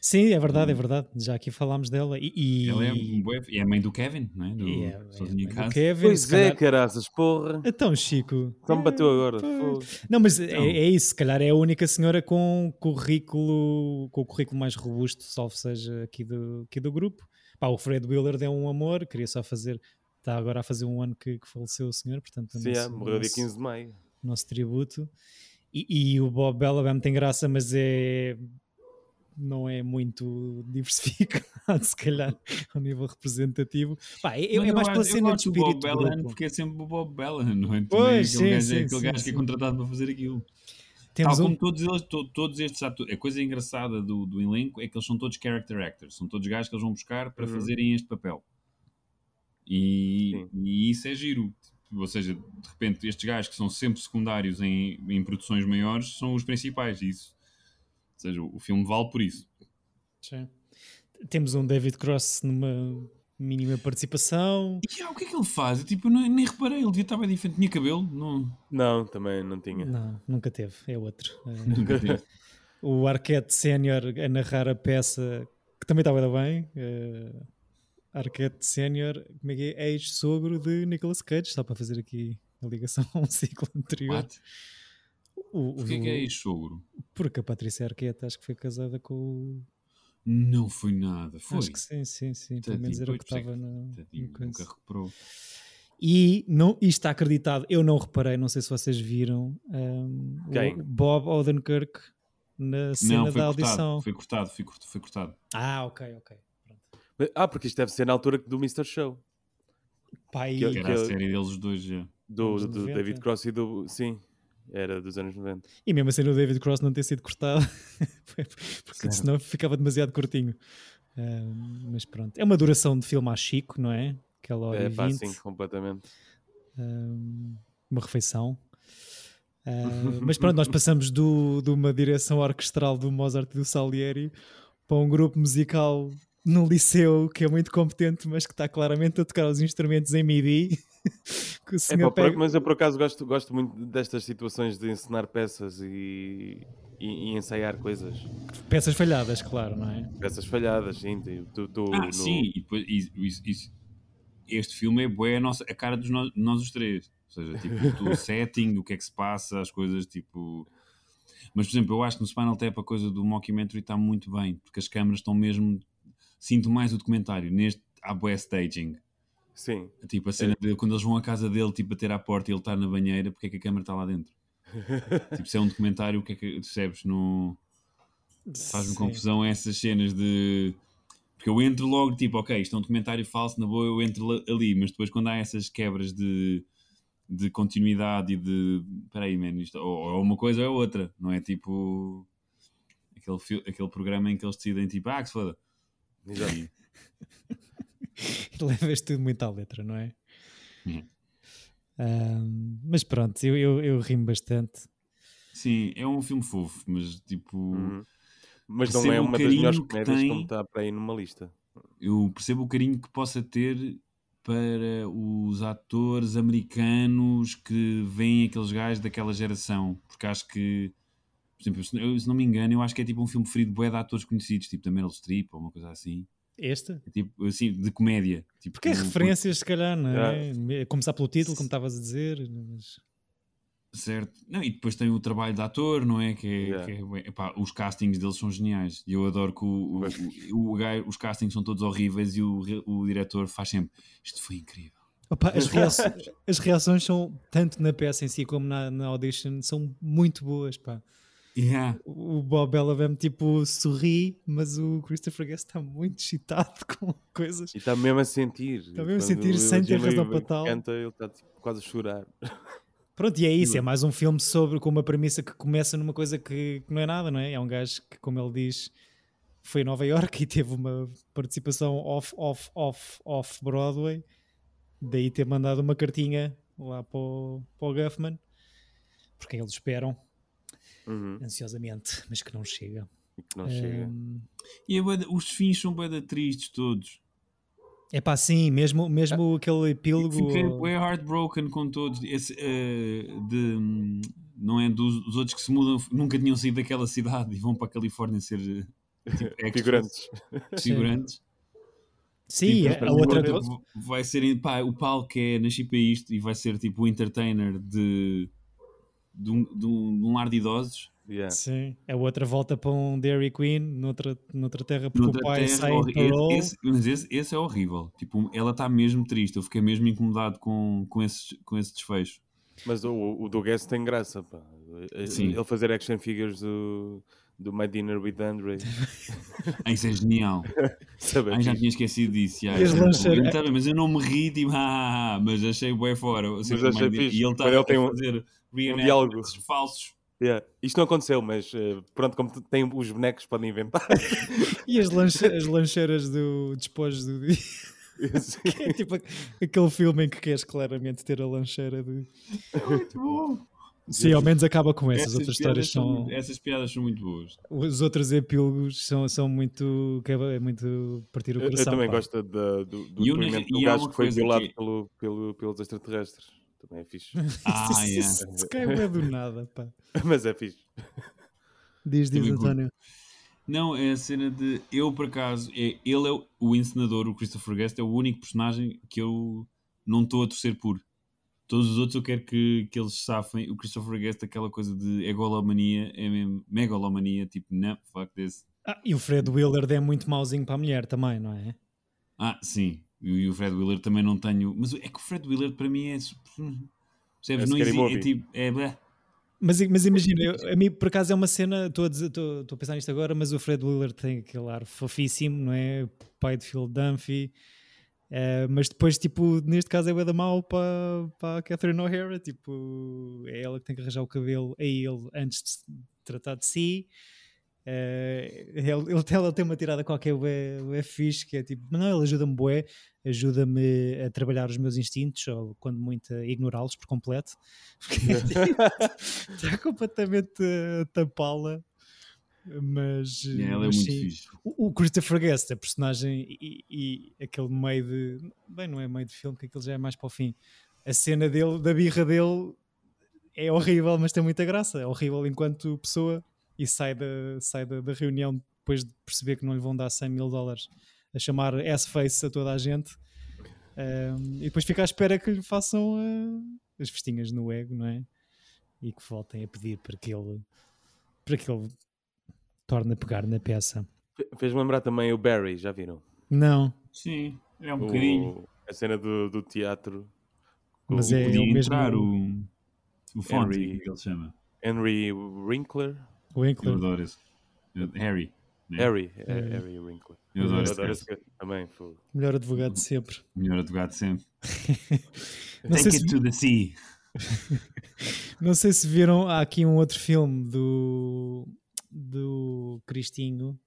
B: Sim, é verdade, é verdade. Já aqui falámos dela. E, e-
C: Ela é, bué- é a mãe do Kevin, não é? Do
B: e é-
C: Sozinho em
B: é-
C: Casa.
B: o Kevin, se
D: Pois é,
B: calhar-
D: caraças, porra.
B: Então, Chico.
D: Só me bateu agora.
B: Pois.
D: fogo.
B: Não, mas é,
D: Então.
B: é isso, se calhar é a única senhora com currículo, com o currículo mais robusto, salvo seja aqui do, aqui do grupo. Pá, o Fred Willard é um amor, queria só fazer. Está agora a fazer um ano que, que faleceu o senhor, portanto, o
D: Sim,
B: nosso,
D: é, morreu dia
B: nosso-
D: 15 de maio.
B: nosso tributo. E, e o Bob Bellabam tem graça, mas é não é muito diversificado, [LAUGHS] se calhar, ao nível representativo. Pá, é, é
C: Mas
B: mais
C: acho-
B: pela cena de
C: gosto do
B: espírito.
C: Bob
B: do
C: Bellamy
B: grupo.
C: porque é sempre o Bob Bellamy, [LAUGHS] não é? Também
B: Pois,
C: aquele
B: sim,
C: gajo, é
B: sim,
C: aquele
B: sim,
C: gajo que
B: sim.
C: é contratado para fazer aquilo.
B: Temos
C: Tal
B: um,
C: como todos eles, to- todos estes atores, a coisa engraçada do, do elenco é que eles são todos character actors, são todos gajos que eles vão buscar para
D: Uhum.
C: fazerem este papel. E,
D: Sim.
C: e isso é giro. Tipo, Ou seja, de repente estes gajos que são sempre secundários em, em produções maiores são os principais. e Isso. Ou seja, o o filme vale por isso.
B: Sim. Temos um David Cross numa mínima participação.
C: E ah, o que é que ele faz? Eu, tipo, eu nem, nem reparei, ele devia estar bem diferente. Tinha cabelo? Não.
D: Não, também não tinha.
B: Não, nunca teve, é outro. Eh,
C: [LAUGHS] Nunca tive.
B: o Arquette Sénior a narrar a peça, que também estava bem. eh, Arquette Senior, como é que é? Ex-sogro de Nicolas Cage, está para fazer aqui a ligação a um ciclo anterior.
C: What?
B: O,
C: Porquê que é isso, sogro?
B: Porque a Patrícia Arquette acho que foi casada com o.
C: Não foi nada, foi.
B: Acho que sim, sim, sim. Pelo
C: Tadinho,
B: menos era o que
C: pois, por isso é
B: estava na.
C: Tadinho,
B: na coisa.
C: Nunca recuperou.
B: E não, isto está acreditado, eu não reparei, não sei se vocês viram. um,
D: Quem?
B: o Bob Odenkirk na cena
C: Não, foi
B: da
C: cortado,
B: audição.
C: foi cortado, foi cortado, foi cortado.
B: Ah, ok, ok. Pronto.
D: Ah, porque isto deve ser na altura do Mr. Show.
B: Pai,
D: Que-
C: Que
D: que-
C: era a série deles dois já.
D: Do,
B: Anos
D: do
B: 90.
D: David Cross e do. Sim, era dos anos 90.
B: E mesmo assim o David Cross não ter sido cortado, [LAUGHS] foi porque
C: Certo.
B: senão ficava demasiado curtinho. Um, mas pronto, é uma duração de filme a Chico, não é? Aquela hora
D: É
B: e
D: pá,
B: 20,
D: sim, completamente.
B: um, uma refeição. Uh, mas pronto, nós passamos do, de uma direção orquestral do Mozart e do Salieri para um grupo musical no liceu que é muito competente, mas que está claramente a tocar os instrumentos em MIDI. [LAUGHS] que o
D: É
B: senhor
D: pá, por-
B: pega-
D: Mas eu por acaso gosto, gosto muito destas situações de encenar peças e, e- e ensaiar coisas.
B: Peças falhadas, claro, não é?
D: Peças falhadas, sim. Tu, tu- tu-
C: Ah,
D: no-
C: sim, e depois, e- isso- isso- este filme é bué a, nossa, a cara dos nós, de nós os três. Ou seja,
D: [LAUGHS]
C: tipo, o setting, o que é que se passa, as coisas tipo. Mas, por exemplo, eu acho que no Spinal Tap a coisa do mockumentary está muito bem, porque as câmaras estão mesmo. Sinto mais o documentário. Neste, há bué staging.
D: Sim.
C: Tipo, a
D: É.
C: cena de quando eles vão à casa dele, tipo, bater à porta e ele está na banheira, porque é que a câmera está lá
D: [LAUGHS]
C: dentro? tipo, se é um documentário, o que é que percebes? Não faz-me
B: Sim. [LAUGHS]
C: confusão essas cenas de. Porque eu entro logo, tipo, ok, isto é um documentário falso, na boa eu entro la- ali, mas depois quando há essas quebras de, de continuidade e de. Peraí, man, isto ou, ou é uma coisa ou é outra, não é tipo. Aquele, fil- aquele programa em que eles decidem, tipo, ah, que se foda.
D: Exato.
C: E-
B: Levas tudo muito à letra, não é?
C: Uhum.
B: Ahm, mas pronto, eu, eu, eu rimo bastante.
C: Sim, é um filme fofo, mas tipo.
D: Uhum. Mas não
C: Percebo
D: é
B: um
C: o
D: uma das
C: carinho
D: melhores
C: que
D: comédias
C: tem-
D: como está tá para aí numa lista.
C: eu percebo o carinho que possa ter para os atores americanos que veem aqueles gajos daquela geração, porque acho que, por exemplo, se eu- se não me engano, eu acho que é tipo um filme ferido bué de atores conhecidos, tipo da Meryl Streep ou uma coisa assim,
B: Este?
C: É tipo assim, de comédia. Tipo,
B: Porque é
C: um-
B: referências, se calhar, não é? Me- Começar pelo título, como estavas a dizer. mas-
C: Certo. Não, e depois tem o trabalho de ator, não é? Que é,
D: Yeah.
C: que é bué- epá, os castings deles são geniais. E eu adoro que o, o, o, gajo- os castings são todos horríveis e o, re- o diretor faz sempre. Isto foi incrível.
B: Opa, as, reações, as reações são, tanto na peça em si como na, na audition, são muito boas, pá.
C: Yeah.
B: O Bob Bellamy, tipo, sorri, mas o Christopher Guest está muito excitado [LAUGHS] com coisas.
D: E está mesmo a sentir. Está
B: Tá mesmo a sentir sem ter razão para tal.
D: Canta, ele está tipo, quase a chorar.
B: Pronto, e é isso, é mais um filme sobre com uma premissa que começa numa coisa que, que não é nada, não é? É um gajo que, como ele diz, foi a Nova Iorque [LAUGHS] e teve uma participação off, off, off, off Broadway, daí ter mandado uma cartinha lá para o, para o Guffman, porque eles esperam
D: Uhum.
B: ansiosamente, mas que não chega.
D: E
B: É.
D: que não chega.
C: E é bué da- os fins são bué da tristes todos.
B: É pá, sim, mesmo, mesmo aquele epílogo.
C: Tipo, Fiquei bué heartbroken com todos. Esse, eh, de, hum, não é dos, dos outros que se mudam, nunca tinham saído daquela cidade e vão para a Califórnia ser eh, tipo, extras,
D: Figurantes.
C: [LAUGHS] figurantes.
B: Sim, é
C: Tipo,
B: a outra
C: outra vai ser pá, o palco é nasci para isto e vai ser tipo o entertainer de, de, um, de um- de um lar de idosos.
D: Yeah.
B: Sim, a outra volta para um Dairy Queen noutra, noutra terra porque
C: Noutra
B: Tipo, o pai
C: terra,
B: sai
C: horr-
B: em parole.
C: esse, esse- mas esse, esse é horrível. Tipo, ela está mesmo triste. Eu fiquei mesmo incomodado com, com, esse, com esse desfecho.
D: Mas o, o do Guest tem graça, pá. Eh,
C: Sim.
D: Ele fazer action figures do, do My Dinner with
C: [LAUGHS]
D: Andre.
C: Ah, Isso é
D: [LAUGHS]
C: genial.
D: Sabe?
C: Ah, já tinha esquecido disso. já,
B: E as
C: já,
B: lancheiras-
C: eu não tava, mas eu não me ri, [LAUGHS] tipo, ah, ah, ah, mas achei bem fora. Ou seja,
D: achei
C: mais-
D: fixe.
C: E ele
D: Quando
C: está
D: ele
C: a
D: tem um-
C: fazer
D: diálogo.
C: reenactments falsos.
D: Yeah. Isto não aconteceu, mas eh, pronto, como tu- tem os bonecos, podem inventar. [LAUGHS]
B: E as, lanche- as lancheiras do despojos do dia.
D: Sim.
B: É tipo a- aquele filme em que queres claramente ter a lancheira de.
C: Muito bom.
B: Sim, ao menos acaba com essas, outras histórias. São,
C: essas piadas são muito boas.
B: Os outros epílogos são, são muito. que É muito partir o
D: Eu, eu
B: coração.
D: também
B: pá.
D: gosto da- do, do
C: E eu-
D: depoimento
C: e
D: do
C: há
D: gajo
C: uma
D: que foi
C: coisa
D: violado
C: que- é
D: pelo, pelo, pelos extraterrestres. Também é
B: [LAUGHS]
D: fixe. [LAUGHS]
C: Ah,
B: Isso- isso-
C: yeah.
B: isso- isso cai bué do nada, pá.
D: mas é fixe.
B: Diz, diz
C: Também curto.
B: António.
C: Não, é a cena de. Eu, por acaso, é, ele é o, o encenador, o Christopher Guest, é o único personagem que eu não estou a torcer por. Todos os outros eu quero que, que eles safem. O Christopher Guest, aquela coisa de egolomania, é mesmo megalomania, tipo, não, fuck this.
B: Ah, e o Fred Willard é muito mauzinho para a mulher também, não é?
C: Ah, sim. E, o- e o Fred Willard também não tenho. Mas é que o Fred Willard para mim é. su- Percebes?
D: É
C: não
D: scary
C: existe.
D: movie.
C: É tipo. É, blé.
B: Mas, mas imagina, eu- a mim por acaso é uma cena, estou a, dizer- estou- estou a pensar nisto agora, mas o Fred Willard tem aquele ar fofíssimo, não é? Pai de Phil Dunphy. Eh, mas depois, tipo, neste caso é bué da mal para para a Catherine O'Hara, tipo, é ela que tem que arranjar o cabelo a ele antes de se tratar de si. Eh, ele, ele, ela tem uma tirada qualquer bué, bué fixe, que é tipo, não, ele ajuda-me bué, ajuda-me a trabalhar os meus instintos, ou quando muito a ignorá-los por
C: [LAUGHS]
B: completo. Porque, está completamente a tapá-la, mas,
C: É, ela é
B: mas
C: muito
B: sim.
C: fixe.
B: O o Christopher Guest, a personagem e, e- e aquele meio de. Bem, não é meio de filme, que aquilo já é mais para o fim. A cena dele, da birra dele, é horrível, mas tem muita graça. É horrível enquanto pessoa e sai da, sai da, da reunião depois de perceber que não lhe vão dar 100 mil dólares a chamar S-Face a toda a gente. Ahm, e depois fica à espera que lhe façam ah, as festinhas no ego, não é? E que voltem a pedir para que ele, para que ele torne a pegar na peça.
D: Fe- Fez-me lembrar também o Barry, já viram?
B: Não.
C: Sim, é um
D: O-
C: bocadinho.
D: A cena do, do teatro. com
B: Mas
D: o
B: é
C: Podia
B: o mesmo-
C: entrar o. O Fonte, é
D: Henry.
C: que ele chama.
D: Henry Winkler.
B: O
C: Eu
B: Winkler.
C: adoro esse. Eu- Harry. É.
D: Harry, é,
B: É.
D: Harry Winkler.
C: Eu adoro esse.
D: Eu adoro
C: gajo.
D: esse gajo também. fogo.
B: Melhor advogado de sempre.
C: Melhor advogado sempre.
B: Não sei,
C: Take
B: se,
C: it to the sea.
B: não sei se viram, há aqui um outro filme do, do Cristinho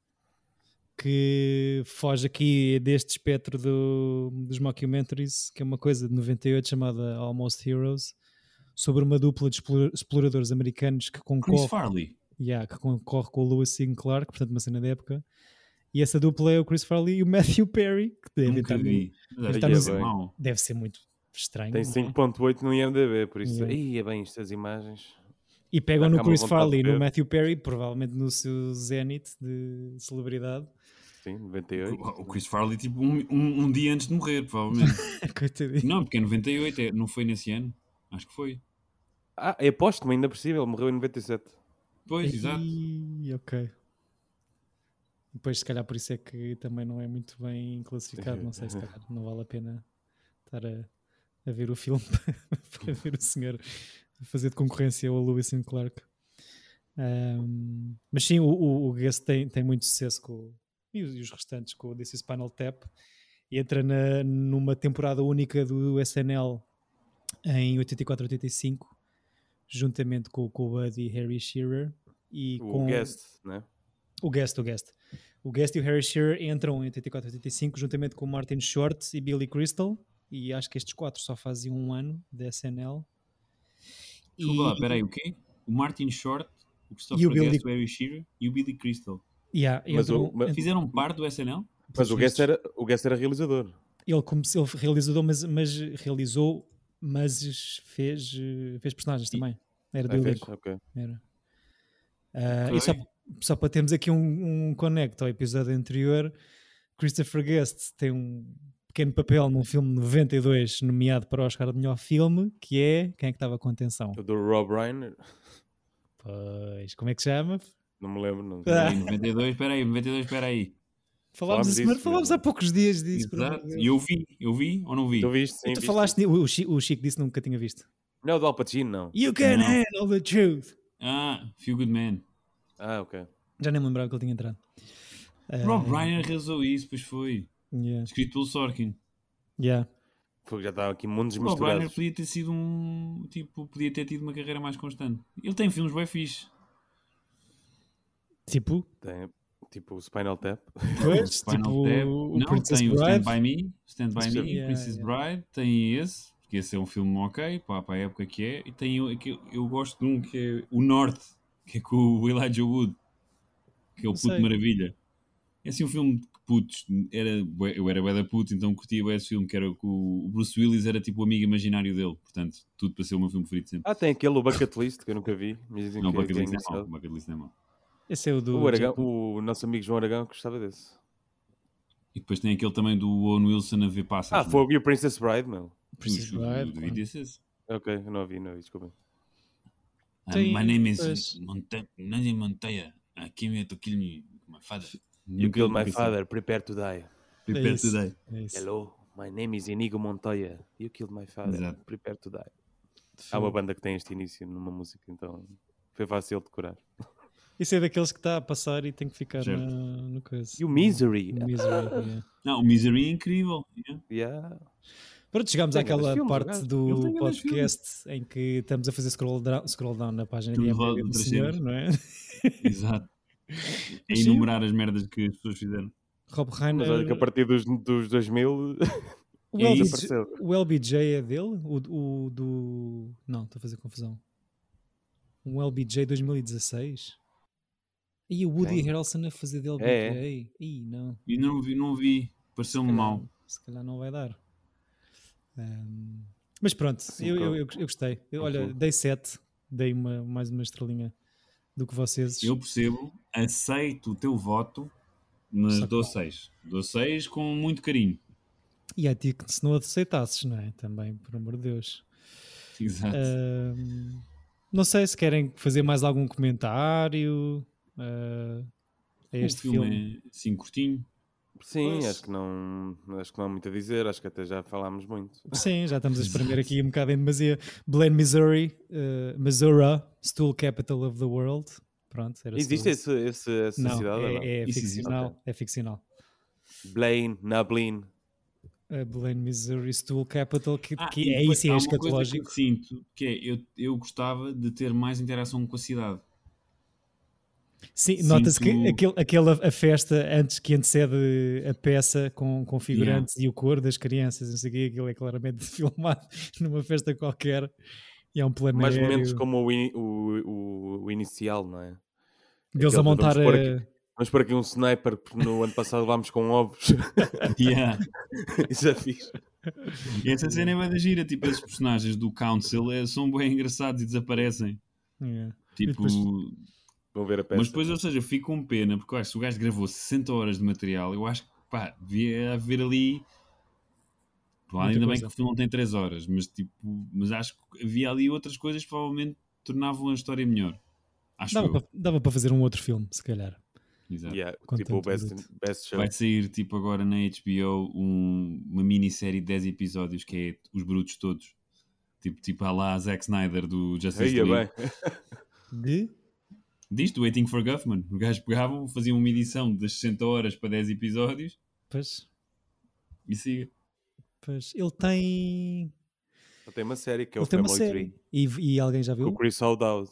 B: que foge aqui deste espectro do, dos mockumentaries, que é uma coisa de 98 chamada Almost Heroes, sobre uma dupla de explora- exploradores americanos que
C: Chris
B: concorre,
C: Farley.
B: yeah, que concorre com o Lewis Singh Clark, portanto uma cena da época. E essa dupla é o Chris Farley e o Matthew Perry, que deve
C: Nunca
B: estar,
C: vi. Mas
B: estar
C: acho que
B: tá no
C: é
D: Zé.
C: mau.
B: deve ser muito estranho.
D: Tem
B: não é?
D: 5.8 no IMDB, por isso...
B: Yeah.
D: Ih, é bem estas imagens.
B: E pegam no
D: Dá cá uma
B: Chris
D: vontade de
B: Farley e no
D: ver.
B: Matthew Perry, provavelmente no seu zenith de
C: [LAUGHS]
B: celebridade.
D: Sim, 98.
C: O o Chris Farley, tipo, um, um- um dia antes de
B: [LAUGHS]
C: morrer, provavelmente.
B: Coitadinho.
C: não, porque é 98, é- não foi nesse ano. Acho que foi.
D: Ah, é póstumo, ainda por cima, ele morreu em 97.
C: Pois,
B: É,
C: exato.
B: Ih, ok. Depois, se calhar, por isso é que também não é muito bem classificado. Não sei, se calhar não vale a pena estar a, a ver o filme [LAUGHS] para ver o senhor a fazer de concorrência ao Lewis and Clark. Ahm, mas sim, o, o, o Guest tem, tem muito sucesso com, o- e, os, e os restantes com o This is Spinal Tap. Entra na, numa temporada única do SNL em 84-85, juntamente com, com o Buddy e Harry Shearer. E
D: O
B: com
D: Guest, né?
B: o Guest, o Guest. O Guest e o Harry Shearer entram em 84 85 juntamente com Martin Short e Billy Crystal. E acho que estes quatro só faziam um ano da SNL.
C: Desculpa lá, peraí, o quê? O Martin Short, o
B: E
C: Christopher
B: o Billy- É
C: Guest, o Harry Shearer e o Billy Crystal.
B: Yeah,
D: Mas
B: entram-
D: o- mas-
B: entram-
C: Fizeram parte do SNL?
D: Mas o
B: pelos
D: Guest, é
B: vistos,
D: era, o Guest era realizador.
B: Ele, comece- ele realizou, mas, mas realizou, mas fez, eh, fez personagens também. Era do
D: Ah, fez?
B: elenco.
D: Ok.
B: Era. Ah,
C: Ok.
B: E só, só para termos aqui um, um connect ao episódio anterior, Christopher Guest tem um pequeno papel num filme de 92 nomeado para o Oscar de melhor filme, que é quem é que estava com atenção?
D: O do Rob Reiner,
B: Pois, como é que se chama?
D: não me lembro. Não.
B: [LAUGHS] Ah.
C: Em 92, peraí, 92, peraí.
B: Falámos, a
D: Falámos
B: semana-
D: disso,
B: falámos há
D: Pedro.
B: poucos dias disso. por amor
C: Exato.
B: de Deus.
C: E eu vi, eu vi ou não vi?
D: Tu viste? Sim,
B: tu
D: viste?
B: falaste, ni- o, Chi- o Chico disse que nunca tinha visto.
D: Não, do Al Pacino, não.
B: You can
C: Não.
B: handle the truth.
C: Ah, Feel Good Man.
D: Ah, ok.
B: Já nem me lembrava que ele tinha entrado. Ah,
C: Rob Reiner realizou isso, pois foi.
B: Yeah.
C: Escrito pelo Sorkin.
B: yeah.
D: Fogo, já estava aqui mundos
C: Rob Reiner
D: misturados.
C: podia ter sido um. Tipo, podia ter tido uma carreira mais constante. Ele tem filmes bem fixe.
B: Tipo,
D: Tem, tipo o Spinal Tap.
B: pois,
C: Spinal
B: tipo,
C: Tap.
B: o
C: Não,
B: Princess
C: tem o Stand
B: Bride. é,
C: By Me, Stand By
D: Sim.
C: Me,
B: Yeah,
C: Princess
B: yeah.
C: Bride, tem esse, porque esse é um filme ok, pá, para a época que é, e tem o- aquele- eu gosto de um que é O Norte, que é com o Elijah Wood, que é
B: Não
C: o Puto
B: sei.
C: Maravilha. É assim um filme de putos, era, bué- eu era bué da puto, então curtia bué esse filme, que era com o o Bruce Willis era tipo o amigo imaginário dele, portanto, tudo para ser o meu filme favorito sempre.
D: Ah, tem aquele o Bucket List que eu nunca vi. Mas dizem
C: Não, o
D: que, é- que
C: Bucket
D: é
C: List é mau,
D: engraçado.
C: o Bucket List é mau.
B: Esse é o do.
D: O, Aragão, o nosso amigo João Aragão gostava desse.
C: E depois tem aquele também do Owen Wilson a ver passas. é?
D: Ah, Fogo e o Princess Bride, meu.
B: Princess Bride, claro.
D: Ok, eu não vi, não vi, desculpem.
B: Tem,
C: My name is
B: pois.
C: é Monta Nadia Montoya. I came here to kill me, my father.
D: You killed my father, prepare to die.
C: Prepare
B: isso.
C: today.
B: É isso.
D: Hello, my name is Inigo Montoya. You killed my father,
C: Exato.
D: prepare to die. Há uma banda que tem este início numa música, então foi fácil decorar.
B: Isso é daqueles que está a passar e tem que ficar
C: Certo.
B: na, no coisa.
D: E o Misery. Ah,
B: No
D: [LAUGHS]
B: Misery, yeah.
C: Não, o Misery é incrível. Yeah.
D: Yeah.
B: Pronto, chegámos
D: Tem
B: àquela
D: grandes filmes,
B: parte
D: aliás.
C: Ele tem
B: do
C: grandes
B: podcast em que estamos a fazer scroll, dra- scroll down na página
C: Tudo
B: de
C: roda
B: IMDb do
C: outras
B: senhor,
C: cenas.
B: não é? [LAUGHS]
C: Exato. É
B: Sim.
C: enumerar as merdas que as pessoas fizeram.
B: Rob
D: Mas olha que a
B: Reiner.
D: partir dos,
B: [LAUGHS]
D: dos 2000
B: O,
C: é
B: LBJ
C: isso.
D: desapareceu.
B: o LBJ é dele? O, o do. Não, estou a fazer confusão. Um LBJ 2016? E o Woody
D: Quem?
B: Harrelson a fazer
D: É,
B: de LBJ? Ih, não.
C: E não vi, não vi. Pareceu-me
B: calhar-
C: mal.
B: se calhar não vai dar. Ahm, mas pronto,
D: Sim,
B: eu,
D: claro.
B: eu, eu, eu gostei. Eu, olha,
D: Concordo.
B: dei 7, dei uma, mais uma estrelinha do que vocês.
C: Eu percebo, aceito o teu voto, mas
B: Só que
C: dou
B: não.
C: 6. Dou 6 com muito carinho. [LAUGHS]
B: E a ti que se não aceitasses, não é? Também, por amor de Deus.
C: Exato.
B: Ah, Ahm, não sei se querem fazer mais algum comentário ah, a este
C: o
B: filme.
C: filme, é assim curtinho.
D: Sim,
B: Pois.
D: acho que, não, acho que não há muito a dizer, acho que até já falámos muito.
B: Sim, já estamos a espremer aqui
C: [LAUGHS]
B: um bocado em demasia. Blaine, Missouri, ah, Missouri, Stool Capital of the World. Pronto, era só
D: Existe
B: isso.
D: esse, esse, essa
B: Não,
D: cidade? ou não?
B: é, é
C: Isso existe,
B: ficcional.
D: ok.
B: É ficcional.
D: Blaine, Nablin.
B: A Blaine, Missouri, Stool Capital, que,
C: Ah,
B: que
C: e
B: é
C: depois
B: isso, é
C: há uma coisa que eu
B: escatológico.
C: sinto que é, eu, eu gostava de ter mais interação com a cidade. [LAUGHS]
B: Sim,
C: sinto-
B: nota-se que aquele, aquela a festa antes que antecede a peça com, com figurantes e o cor das crianças, não sei o quê, aquilo é claramente [LAUGHS] filmado numa festa qualquer e é um plano
D: Mais momentos
B: aéreo
D: como o, in- o- o- o inicial, não é?
B: deles
D: aquele
B: a
D: que vamos
B: montar
D: pôr
B: a-
D: Vamos pôr aqui um sniper, porque no ano passado levámos com ovos. [LAUGHS]
C: Yeah.
D: Isso já fiz.
C: Essa cena é bem da gira. Tipo, esses personagens do Council eh, são bem engraçados e desaparecem.
B: Yeah.
C: Tipo,
B: depois-
D: Vão ver a peça.
C: mas depois, ou seja, fico com pena, porque eu acho que se o gajo gravou 60 horas de material, eu acho que pá, devia haver ali. Pá,
B: Muita
C: ainda bem
B: coisa.
C: que o filme não tem 3 horas, mas tipo, mas acho que havia ali outras coisas que provavelmente tornavam a história melhor. Acho
B: Dava
C: eu.
B: para- dava para fazer um outro filme, se calhar.
C: Exato.
D: Yeah,
B: Com
D: tipo o
B: tanto
D: best,
B: produto.
D: best show.
C: Vai sair tipo agora na HBO um- uma minissérie de 10 episódios que é Os Brutos Todos. Tipo, tipo a lá Zack Snyder do Justice
D: Aí é
C: League.
D: bem.
B: De?
C: Disto, Waiting for Guffman. O gajo pegavam, faziam uma edição das 60 horas para 10 episódios
B: Pois,
C: e siga.
B: pois. Ele tem.
D: Só Tem uma série que é o
B: Ele tem uma
D: Family
B: série.
D: Tree.
B: E, e alguém já
D: Com
B: viu?
D: o Chris O'Dowd.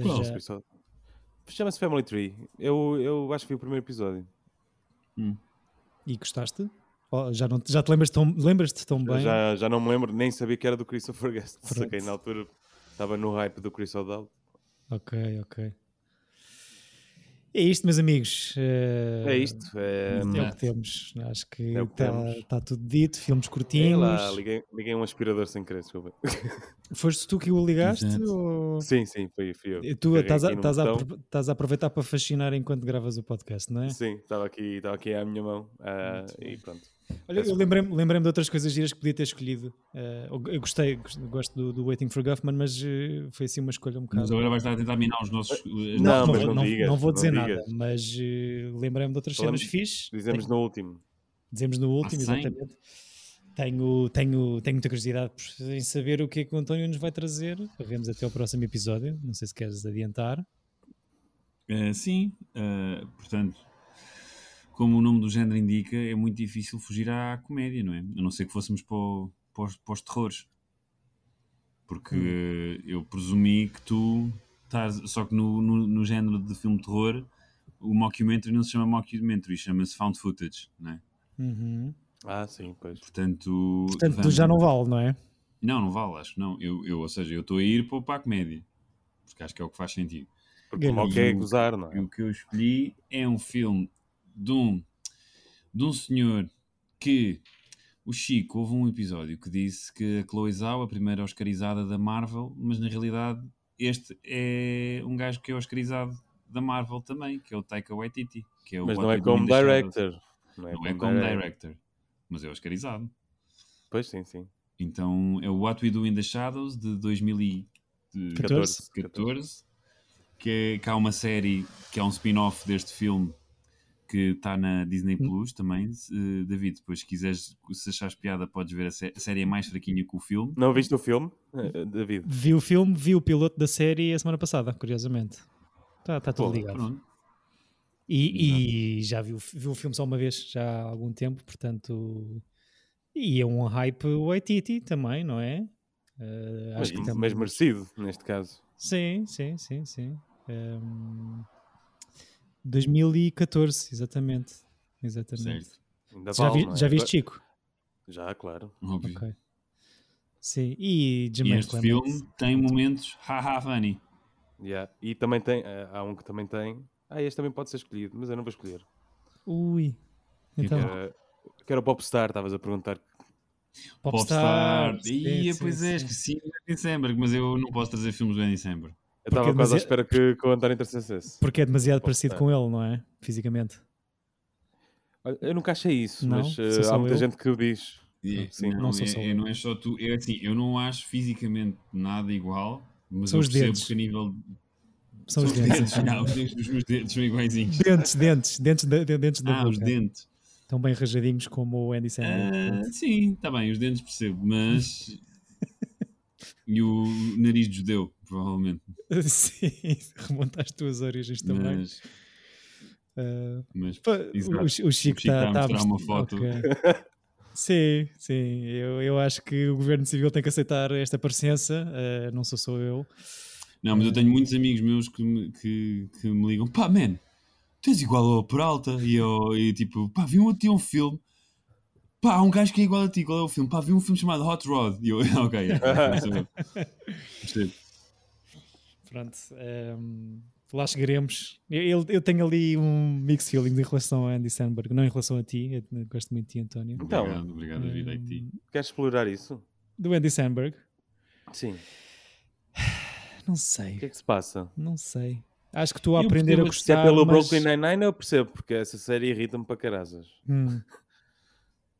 C: qual?
B: Já.
D: Chris O'Dowd. Chama-se Family Tree. Eu, eu acho que vi o primeiro episódio.
B: E gostaste? Oh, já, não, já te lembras tão, lembras-te tão
D: Eu
B: bem?
D: Já, já não me lembro, nem sabia que era do Christopher Guest.
B: Pronto.
D: Saquei, na altura estava no hype do Chris O'Dowd.
B: Ok, ok. É isto, meus amigos. Eh,
D: É isto. É,
B: É o
C: Exato.
B: que temos. Acho que
D: É o que
B: está
D: temos.
B: tudo dito. Filmes
D: Ei
B: curtinhos.
D: lá, liguei, liguei um aspirador sem querer, desculpa.
B: Foste tu que o ligaste?
C: Exato.
B: Ou...
D: [LAUGHS] Sim, sim, fui, fui eu.
B: Tu
D: Carreguei
B: estás a,
D: aqui no
B: estás, a
D: botão.
B: apro- estás a aproveitar para fascinar enquanto gravas o podcast, não é?
D: Sim, estava aqui, estava aqui à minha mão. ah, e pronto.
B: Olha, eu
D: Peço
B: lembrei-me lembrei de outras coisas giras que podia ter escolhido. Eh, eu- eu gostei, gost- gosto do, do Waiting for Guffman, mas eh, foi assim uma escolha um
C: Mas
B: bocado.
C: agora vais estar a tentar minar os nossos. eh, as
D: Não,
C: nossas-
D: mas não digas,
B: vou dizer
D: não
B: nada,
D: digas.
B: mas eh, lembrei-me de outras
D: Falamos-
B: cenas fixe.
D: Dizemos
B: Tenho-
D: no último.
B: dizemos no último,
C: Ah, sim.
B: exatamente. Tenho, tenho, tenho muita curiosidade por- em saber o que é que o António nos vai trazer. Vemos até ao próximo episódio. Não sei se queres adiantar.
C: Eh, sim, eh, portanto, como o nome do género indica, é muito difícil fugir à comédia, não é? A não ser que fôssemos para, o- para os, para os terrores. Porque
B: Hum.
C: eh, eu presumi que tu estás. Só que no, no, no género de filme de terror, o mockumentary não se chama mockumentary, chama-se found footage, não é?
B: Uhum.
D: Ah, sim, pois.
C: Portanto,
B: Portanto, tu
C: vamos-
B: já não vale, não é?
C: Não, não vale, acho que não. Eu, eu, ou seja, eu estou a ir para, para a comédia. Porque acho que é o que faz sentido.
D: Porque mal que é
C: Galhoso.
D: gozar, não
C: E
D: é?
C: o que eu escolhi é um filme de um, de um senhor que. O Chico, houve um episódio que disse que a Chloe Zhao, a primeira oscarizada da Marvel, mas na realidade Este é um gajo que é oscarizado da Marvel também, que é o Taika Waititi. Que é o
D: Mas
C: What
D: não é
C: We Do
D: como
C: in the Shadows.
D: director.
C: Não é como director, mas é oscarizado.
D: Pois sim, sim.
C: Então é o What We Do in the Shadows de
B: 14.
C: 2014, 14, que, é- que há uma série que é um spin-off deste filme que está na Disney
B: Hum.
C: Plus também. Eh, David, depois se quiseres, se achares piada, podes ver a, sé- a série é mais fraquinha que o filme.
D: Não viste o filme, eh, David?
B: Vi o filme, vi o piloto da série a semana passada, curiosamente. Está tá tudo
D: Pô,
B: ligado.
C: Pronto.
B: E, e já vi, o fi- vi o filme só uma vez, já há algum tempo, portanto. E é um hype Waititi também, não é? Eh,
D: Mas,
B: acho que também.
D: mas merecido, neste caso.
B: Sim, sim, sim, sim. Ehm, 2014, exatamente. Exatamente.
C: Certo,
D: Ainda
B: Já,
D: vale,
B: vi-
D: não é?
B: já viste Chico?
D: Já, claro.
C: óbvio.
B: Ok. Sim, e
C: Uhum. E
B: Jermaine
C: este
B: Clements.
C: filme tem momentos haha funny.
D: Yeah. E também tem, eh, há um que também tem. Ah, este também pode ser escolhido, mas eu não vou escolher.
B: Ui. Então,
C: Era
D: Era- Que era o Popstar, estavas a perguntar.
B: Popstar. sim,
C: Ia,
B: sim,
C: pois é,
B: sim.
C: esqueci o Andy Samberg, mas eu não posso trazer filmes do Andy Samberg.
D: Eu estava
B: Porque
D: quase à
B: demasi-
D: espera que, que o António intercedesse.
B: Porque é demasiado parecido
D: Popstar.
B: com ele, não é? Fisicamente.
D: Olha, Eu nunca achei isso,
B: Não,
D: mas eh,
B: sou só
D: há muita
B: eu.
D: gente que o diz.
C: É,
D: Sim,
C: não,
B: não sou
C: é-
B: só
C: é-
B: eu.
C: não é só tu. É assim, eu não acho fisicamente nada igual, mas
B: São
C: eu
B: os
C: percebo
B: dedos.
C: que a nível.
B: São os dentes.
C: Não, os dentes dos meus dedos são iguaizinhos.
B: Dentes, dentes, dentes da, de- dentes da
C: Ah, os
B: boca.
C: dentes.
B: Estão bem rajadinhos como o Andy Samberg.
C: Ah, sim, está bem, os dentes percebo,
B: [LAUGHS]
C: mas. E o nariz de judeu, provavelmente.
B: [LAUGHS] Sim, remonta às tuas origens também.
C: Mas,
B: Ah,
C: mas
B: Pá,
C: Exato.
B: O, Chi- o Chico
C: Chico
B: está
C: tá a
B: tá
C: mostrar uma
B: vestir-
C: foto.
B: ok.
C: [LAUGHS]
B: sim, sim. Eu, eu acho que o Governo Civil tem que aceitar esta parecença. eh, não sou só eu.
C: Não, mas eu tenho muitos amigos meus que me, que, que me ligam: pá, man, tu és igual ao Peralta. E eu, e tipo, pá, vi um outro dia um filme. Pá, há um gajo que é igual a ti, qual é o filme? Pá, vi um filme chamado Hot Rod. E eu, [LAUGHS] ok, é,
B: [LAUGHS]
C: sou eu. Percebo.
B: Pronto. ehm, lá chegaremos. Eu, eu- eu tenho ali um mixed feeling em relação a Andy Sandberg, não em relação a ti. Eu gosto muito de ti, António.
D: Então.
C: obrigado, obrigado, David, a é ti.
B: Ehm,
D: Queres explorar isso?
B: do Andy Sandberg?
D: Sim.
B: Não
D: O que
B: sei.
D: é que se passa?
B: Não sei. Acho que estou a
C: Eu
B: aprender a
C: percebo,
D: Se é
B: gostar.
D: pelo
B: mas-
D: Brooklyn Nine-Nine, eu percebo, porque essa série irrita-me para carazas.
B: Hum,
C: [LAUGHS]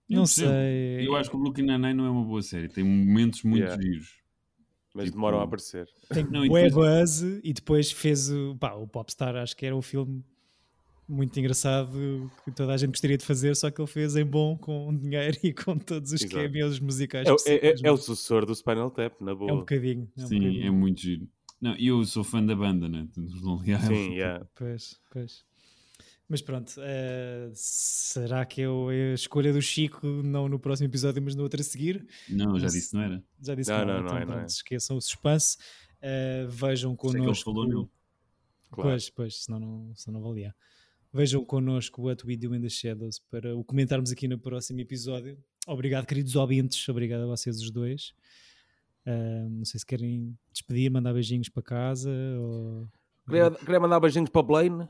C: Eu
B: não
C: percebo.
B: sei.
C: Eu acho que o Brooklyn Nine-Nine não é uma boa série. Tem momentos muito
D: Yeah.
C: giros.
D: Mas
C: Tipo-
D: demoram a aparecer.
B: tem
C: Não, e
B: bué
C: depois-
B: buzz e depois fez o, pá, o Popstar, acho que era um filme muito engraçado que toda a gente gostaria de fazer, só que ele fez em bom com [LAUGHS] dinheiro e com todos os
D: Exato.
B: cameos musicais.
D: É, o- é- é-
B: possíveis,
D: é o
B: mas
D: sucessor do Spinal Tap, na
B: é um
D: boa.
B: bocadinho. É um
C: Sim, é
B: bocadinho.
C: muito giro. Não, e eu sou fã da banda, né? Todos não ligaram.
D: Sim,
C: [LAUGHS]
B: tipo,
D: yeah.
B: Pois, pois. Mas pronto, eh, será que eu, é a escolha do Chico, não no próximo episódio, mas no outro a seguir?
C: Não, já disse, não era?
B: Já disse
D: Não,
B: que
D: não, não
B: então,
D: é, não
B: pronto,
D: é.
B: esqueçam o suspense. eh, vejam
C: Sei que ele
B: connosco.
C: falou, não.
D: claro.
B: Pois, pois, senão não, senão não valia. Vejam connosco o What We Do in the Shadows para o comentarmos aqui no próximo episódio. Obrigado, queridos ouvintes, obrigado a vocês os dois. Ah, não sei se querem despedir, mandar beijinhos para casa. Ou...
D: Queria, queria mandar beijinhos para Blaine,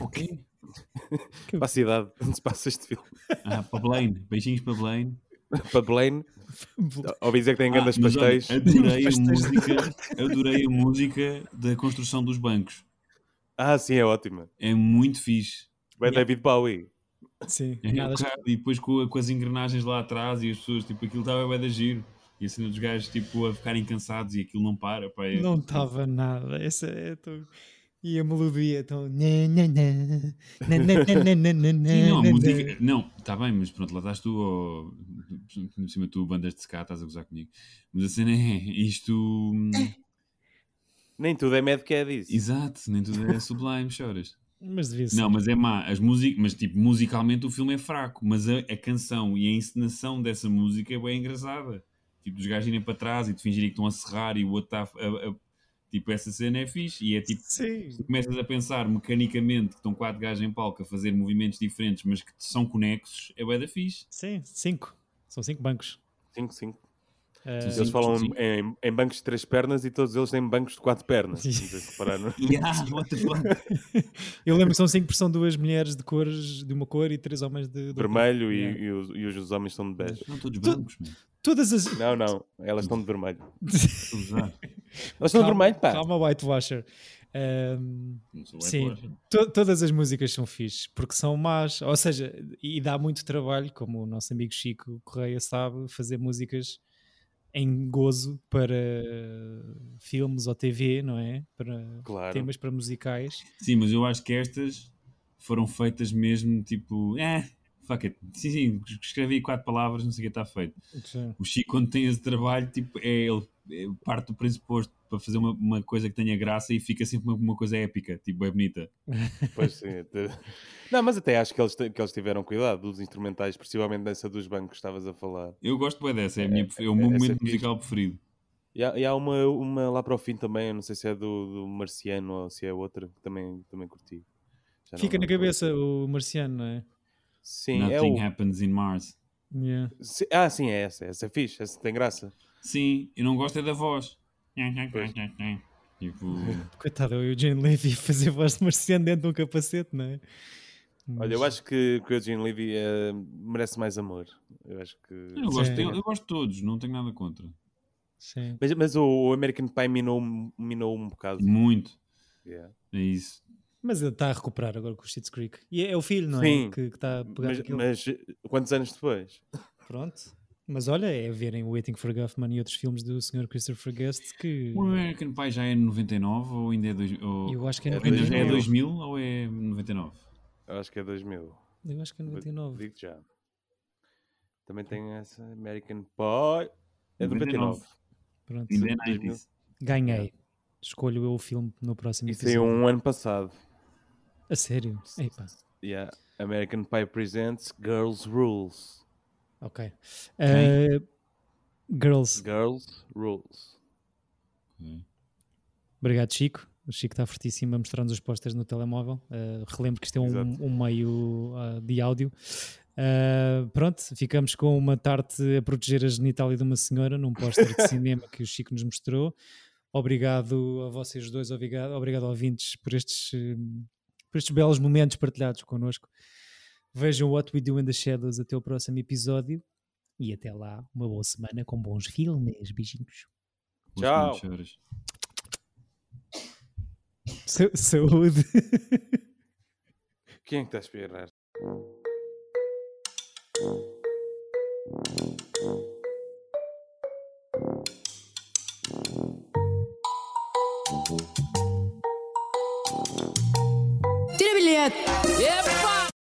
C: Ok.
D: para a cidade onde se passa este filme. [LAUGHS]
C: Ah, para Blaine. Beijinhos para Blaine.
D: para Blaine. Ouvi dizer que tem grandes
C: Ah, mas olha,
D: pastéis.
C: adorei, a
B: Pastéis.
C: música, adorei a música da construção dos bancos.
D: Ah, sim, é ótima.
C: É muito fixe.
D: Vai
B: Yeah.
D: David Bowie.
B: Sim,
C: É
B: nada
C: o carro, e depois com, a- com as engrenagens lá atrás e as pessoas, tipo, aquilo estava bem da giro. E a cena dos gajos, tipo, a ficarem cansados e aquilo não para. Pá, é-
B: Não estava nada. Essa é tão... E a melodia é tão. Nã, nã, nã, nã, nã, nã, nã, nã, nã,
C: Sim, não, a
B: nã,
C: música. Não, está bem, mas pronto, lá estás tu, ó, por cima tu, bandas de ska, estás a gozar comigo. Mas a cena é isto. hum,
D: Nem tudo é Mad Cat isso.
C: Exato, nem tudo é sublime, [LAUGHS] choras.
B: Mas devia ser.
C: Não, mas é má. As músicas, mas tipo, musicalmente o filme é fraco, mas a, a canção e a encenação dessa música é bem engraçada. Tipo, dos gajos irem para trás e de fingirem que estão a serrar e o outro está a- a- a- Tipo, essa cena é fixe e é tipo.
B: Sim.
C: tu Começas a pensar mecanicamente que estão quatro gajos em palco a fazer movimentos diferentes, mas que são conexos, é bué da fixe.
B: Sim, cinco. São cinco bancos.
D: 5, 5. Eles falam em, em bancos de três pernas e todos eles têm bancos de quatro pernas.
B: Sim.
D: Não sei se
B: [LAUGHS]
D: repararam.
C: [LAUGHS] Yeah, what the fuck?
B: Eu lembro que são cinco, porque são duas mulheres de cores, de uma cor e três homens de, de outra.
D: vermelho e,
B: Yeah.
D: e os, e os homens são de bege.
C: Não, todos brancos, mano.
B: Todas as.
D: Não, não, elas estão de vermelho.
C: Todos brancos.
D: Elas estão
B: Calma,
D: de vermelho, pá.
B: Calma, Whitewasher. Ahm,
C: Não sou
B: Sim.
C: whitewash.
B: to- todas as músicas são fixe, porque são más, ou seja, e dá muito trabalho, como o nosso amigo Chico Correia sabe, fazer músicas em gozo para filmes ou TV, não é? Para
D: Claro.
B: temas para musicais.
C: Sim, mas eu acho que estas foram feitas mesmo tipo. Eh, fuck it. Sim, sim, escrevi quatro palavras, não sei o que está feito.
D: Então,
C: O Chico, quando tem esse trabalho, tipo, é ele é, parte do pressuposto para fazer uma, uma coisa que tenha graça e fica sempre uma, uma coisa épica, tipo, é bonita.
D: Pois sim. até- Não, mas até acho que eles, te- que eles tiveram cuidado dos instrumentais, principalmente nessa dos bancos que estavas a falar.
C: Eu gosto bem dessa, é, a minha, é o meu
D: essa é
C: momento
D: fixe.
C: musical preferido.
D: E há, e há uma, uma lá para o fim também, eu não sei se é do, do Marciano ou se é outra, que também, também curti. Já não
B: Fica na
D: lembro. é
B: cabeça o marciano, não é?
D: Sim, é
C: Nothing
D: o...
C: happens in Mars.
B: Yeah.
D: se- Ah, sim, é essa. Essa é fixe, essa tem graça.
C: Sim, eu não gosto é da voz.
D: Pois.
C: [LAUGHS] Tipo,
B: Coitado, o Eugene Levy a fazer voz de marciano dentro de um capacete, não é?
D: Olha, eu
B: Mas-
D: acho que, que o Eugene Levy eh, merece mais amor. Eu acho que...
C: eu gosto,
B: Sim.
C: eu, eu gosto de todos, não tenho nada contra.
B: Sim.
D: Mas, mas o, o American Pie minou, minou um bocado.
C: Muito.
D: Yeah.
C: É isso.
B: Mas ele está a recuperar agora com o Shit's Creek. E é, é o filho, não é?
D: Sim.
B: Que que está a pegar
D: Mas,
B: aquilo.
D: mas eh, quantos anos depois?
B: Pronto. Mas olha, é verem Waiting for Guffman e outros filmes do Sr. Christopher Guest que
C: O American Pie já é 99 ou ainda é, dois, ou,
B: eu acho que é,
D: É
C: ainda
D: dois
C: já é
D: mil.
B: 99.
C: 2000 ou é 99?
D: Eu acho que é 2000.
B: Eu acho que é 99.
D: Digo já. Também tem essa American Pie. É de 99.
B: Pronto.
C: Ainda é
D: 2000.
C: 90s.
B: Ganhei. Escolho eu o filme no próximo
D: É. Isso é
B: episódio.
D: um ano passado.
B: A sério? Epá.
D: Yeah. American Pie Presents Girls Rules.
B: Ok.
C: Quem?
B: Uh, girls.
D: Girls Rules.
C: Ok.
B: Obrigado, Chico. O Chico está fortíssimo a mostrar-nos os posters no telemóvel. Uh, relembro que isto é um,
D: Exato.
B: um meio ah, de áudio. Ah, pronto, ficamos com uma tarde a proteger a genitália de uma senhora num póster de cinema que o Chico nos mostrou. Obrigado a vocês dois, obrigado, obrigado ouvintes por estes, hum, por estes belos momentos partilhados connosco. Vejam What We Do in the Shadows até o próximo episódio e até lá, uma boa semana com bons filmes. Beijinhos.
C: Boas
D: Tchau.
C: noites, senhoras.
B: Sa- saúde.
D: Quem é que está a esperar?
A: Tira bilhete! Epa!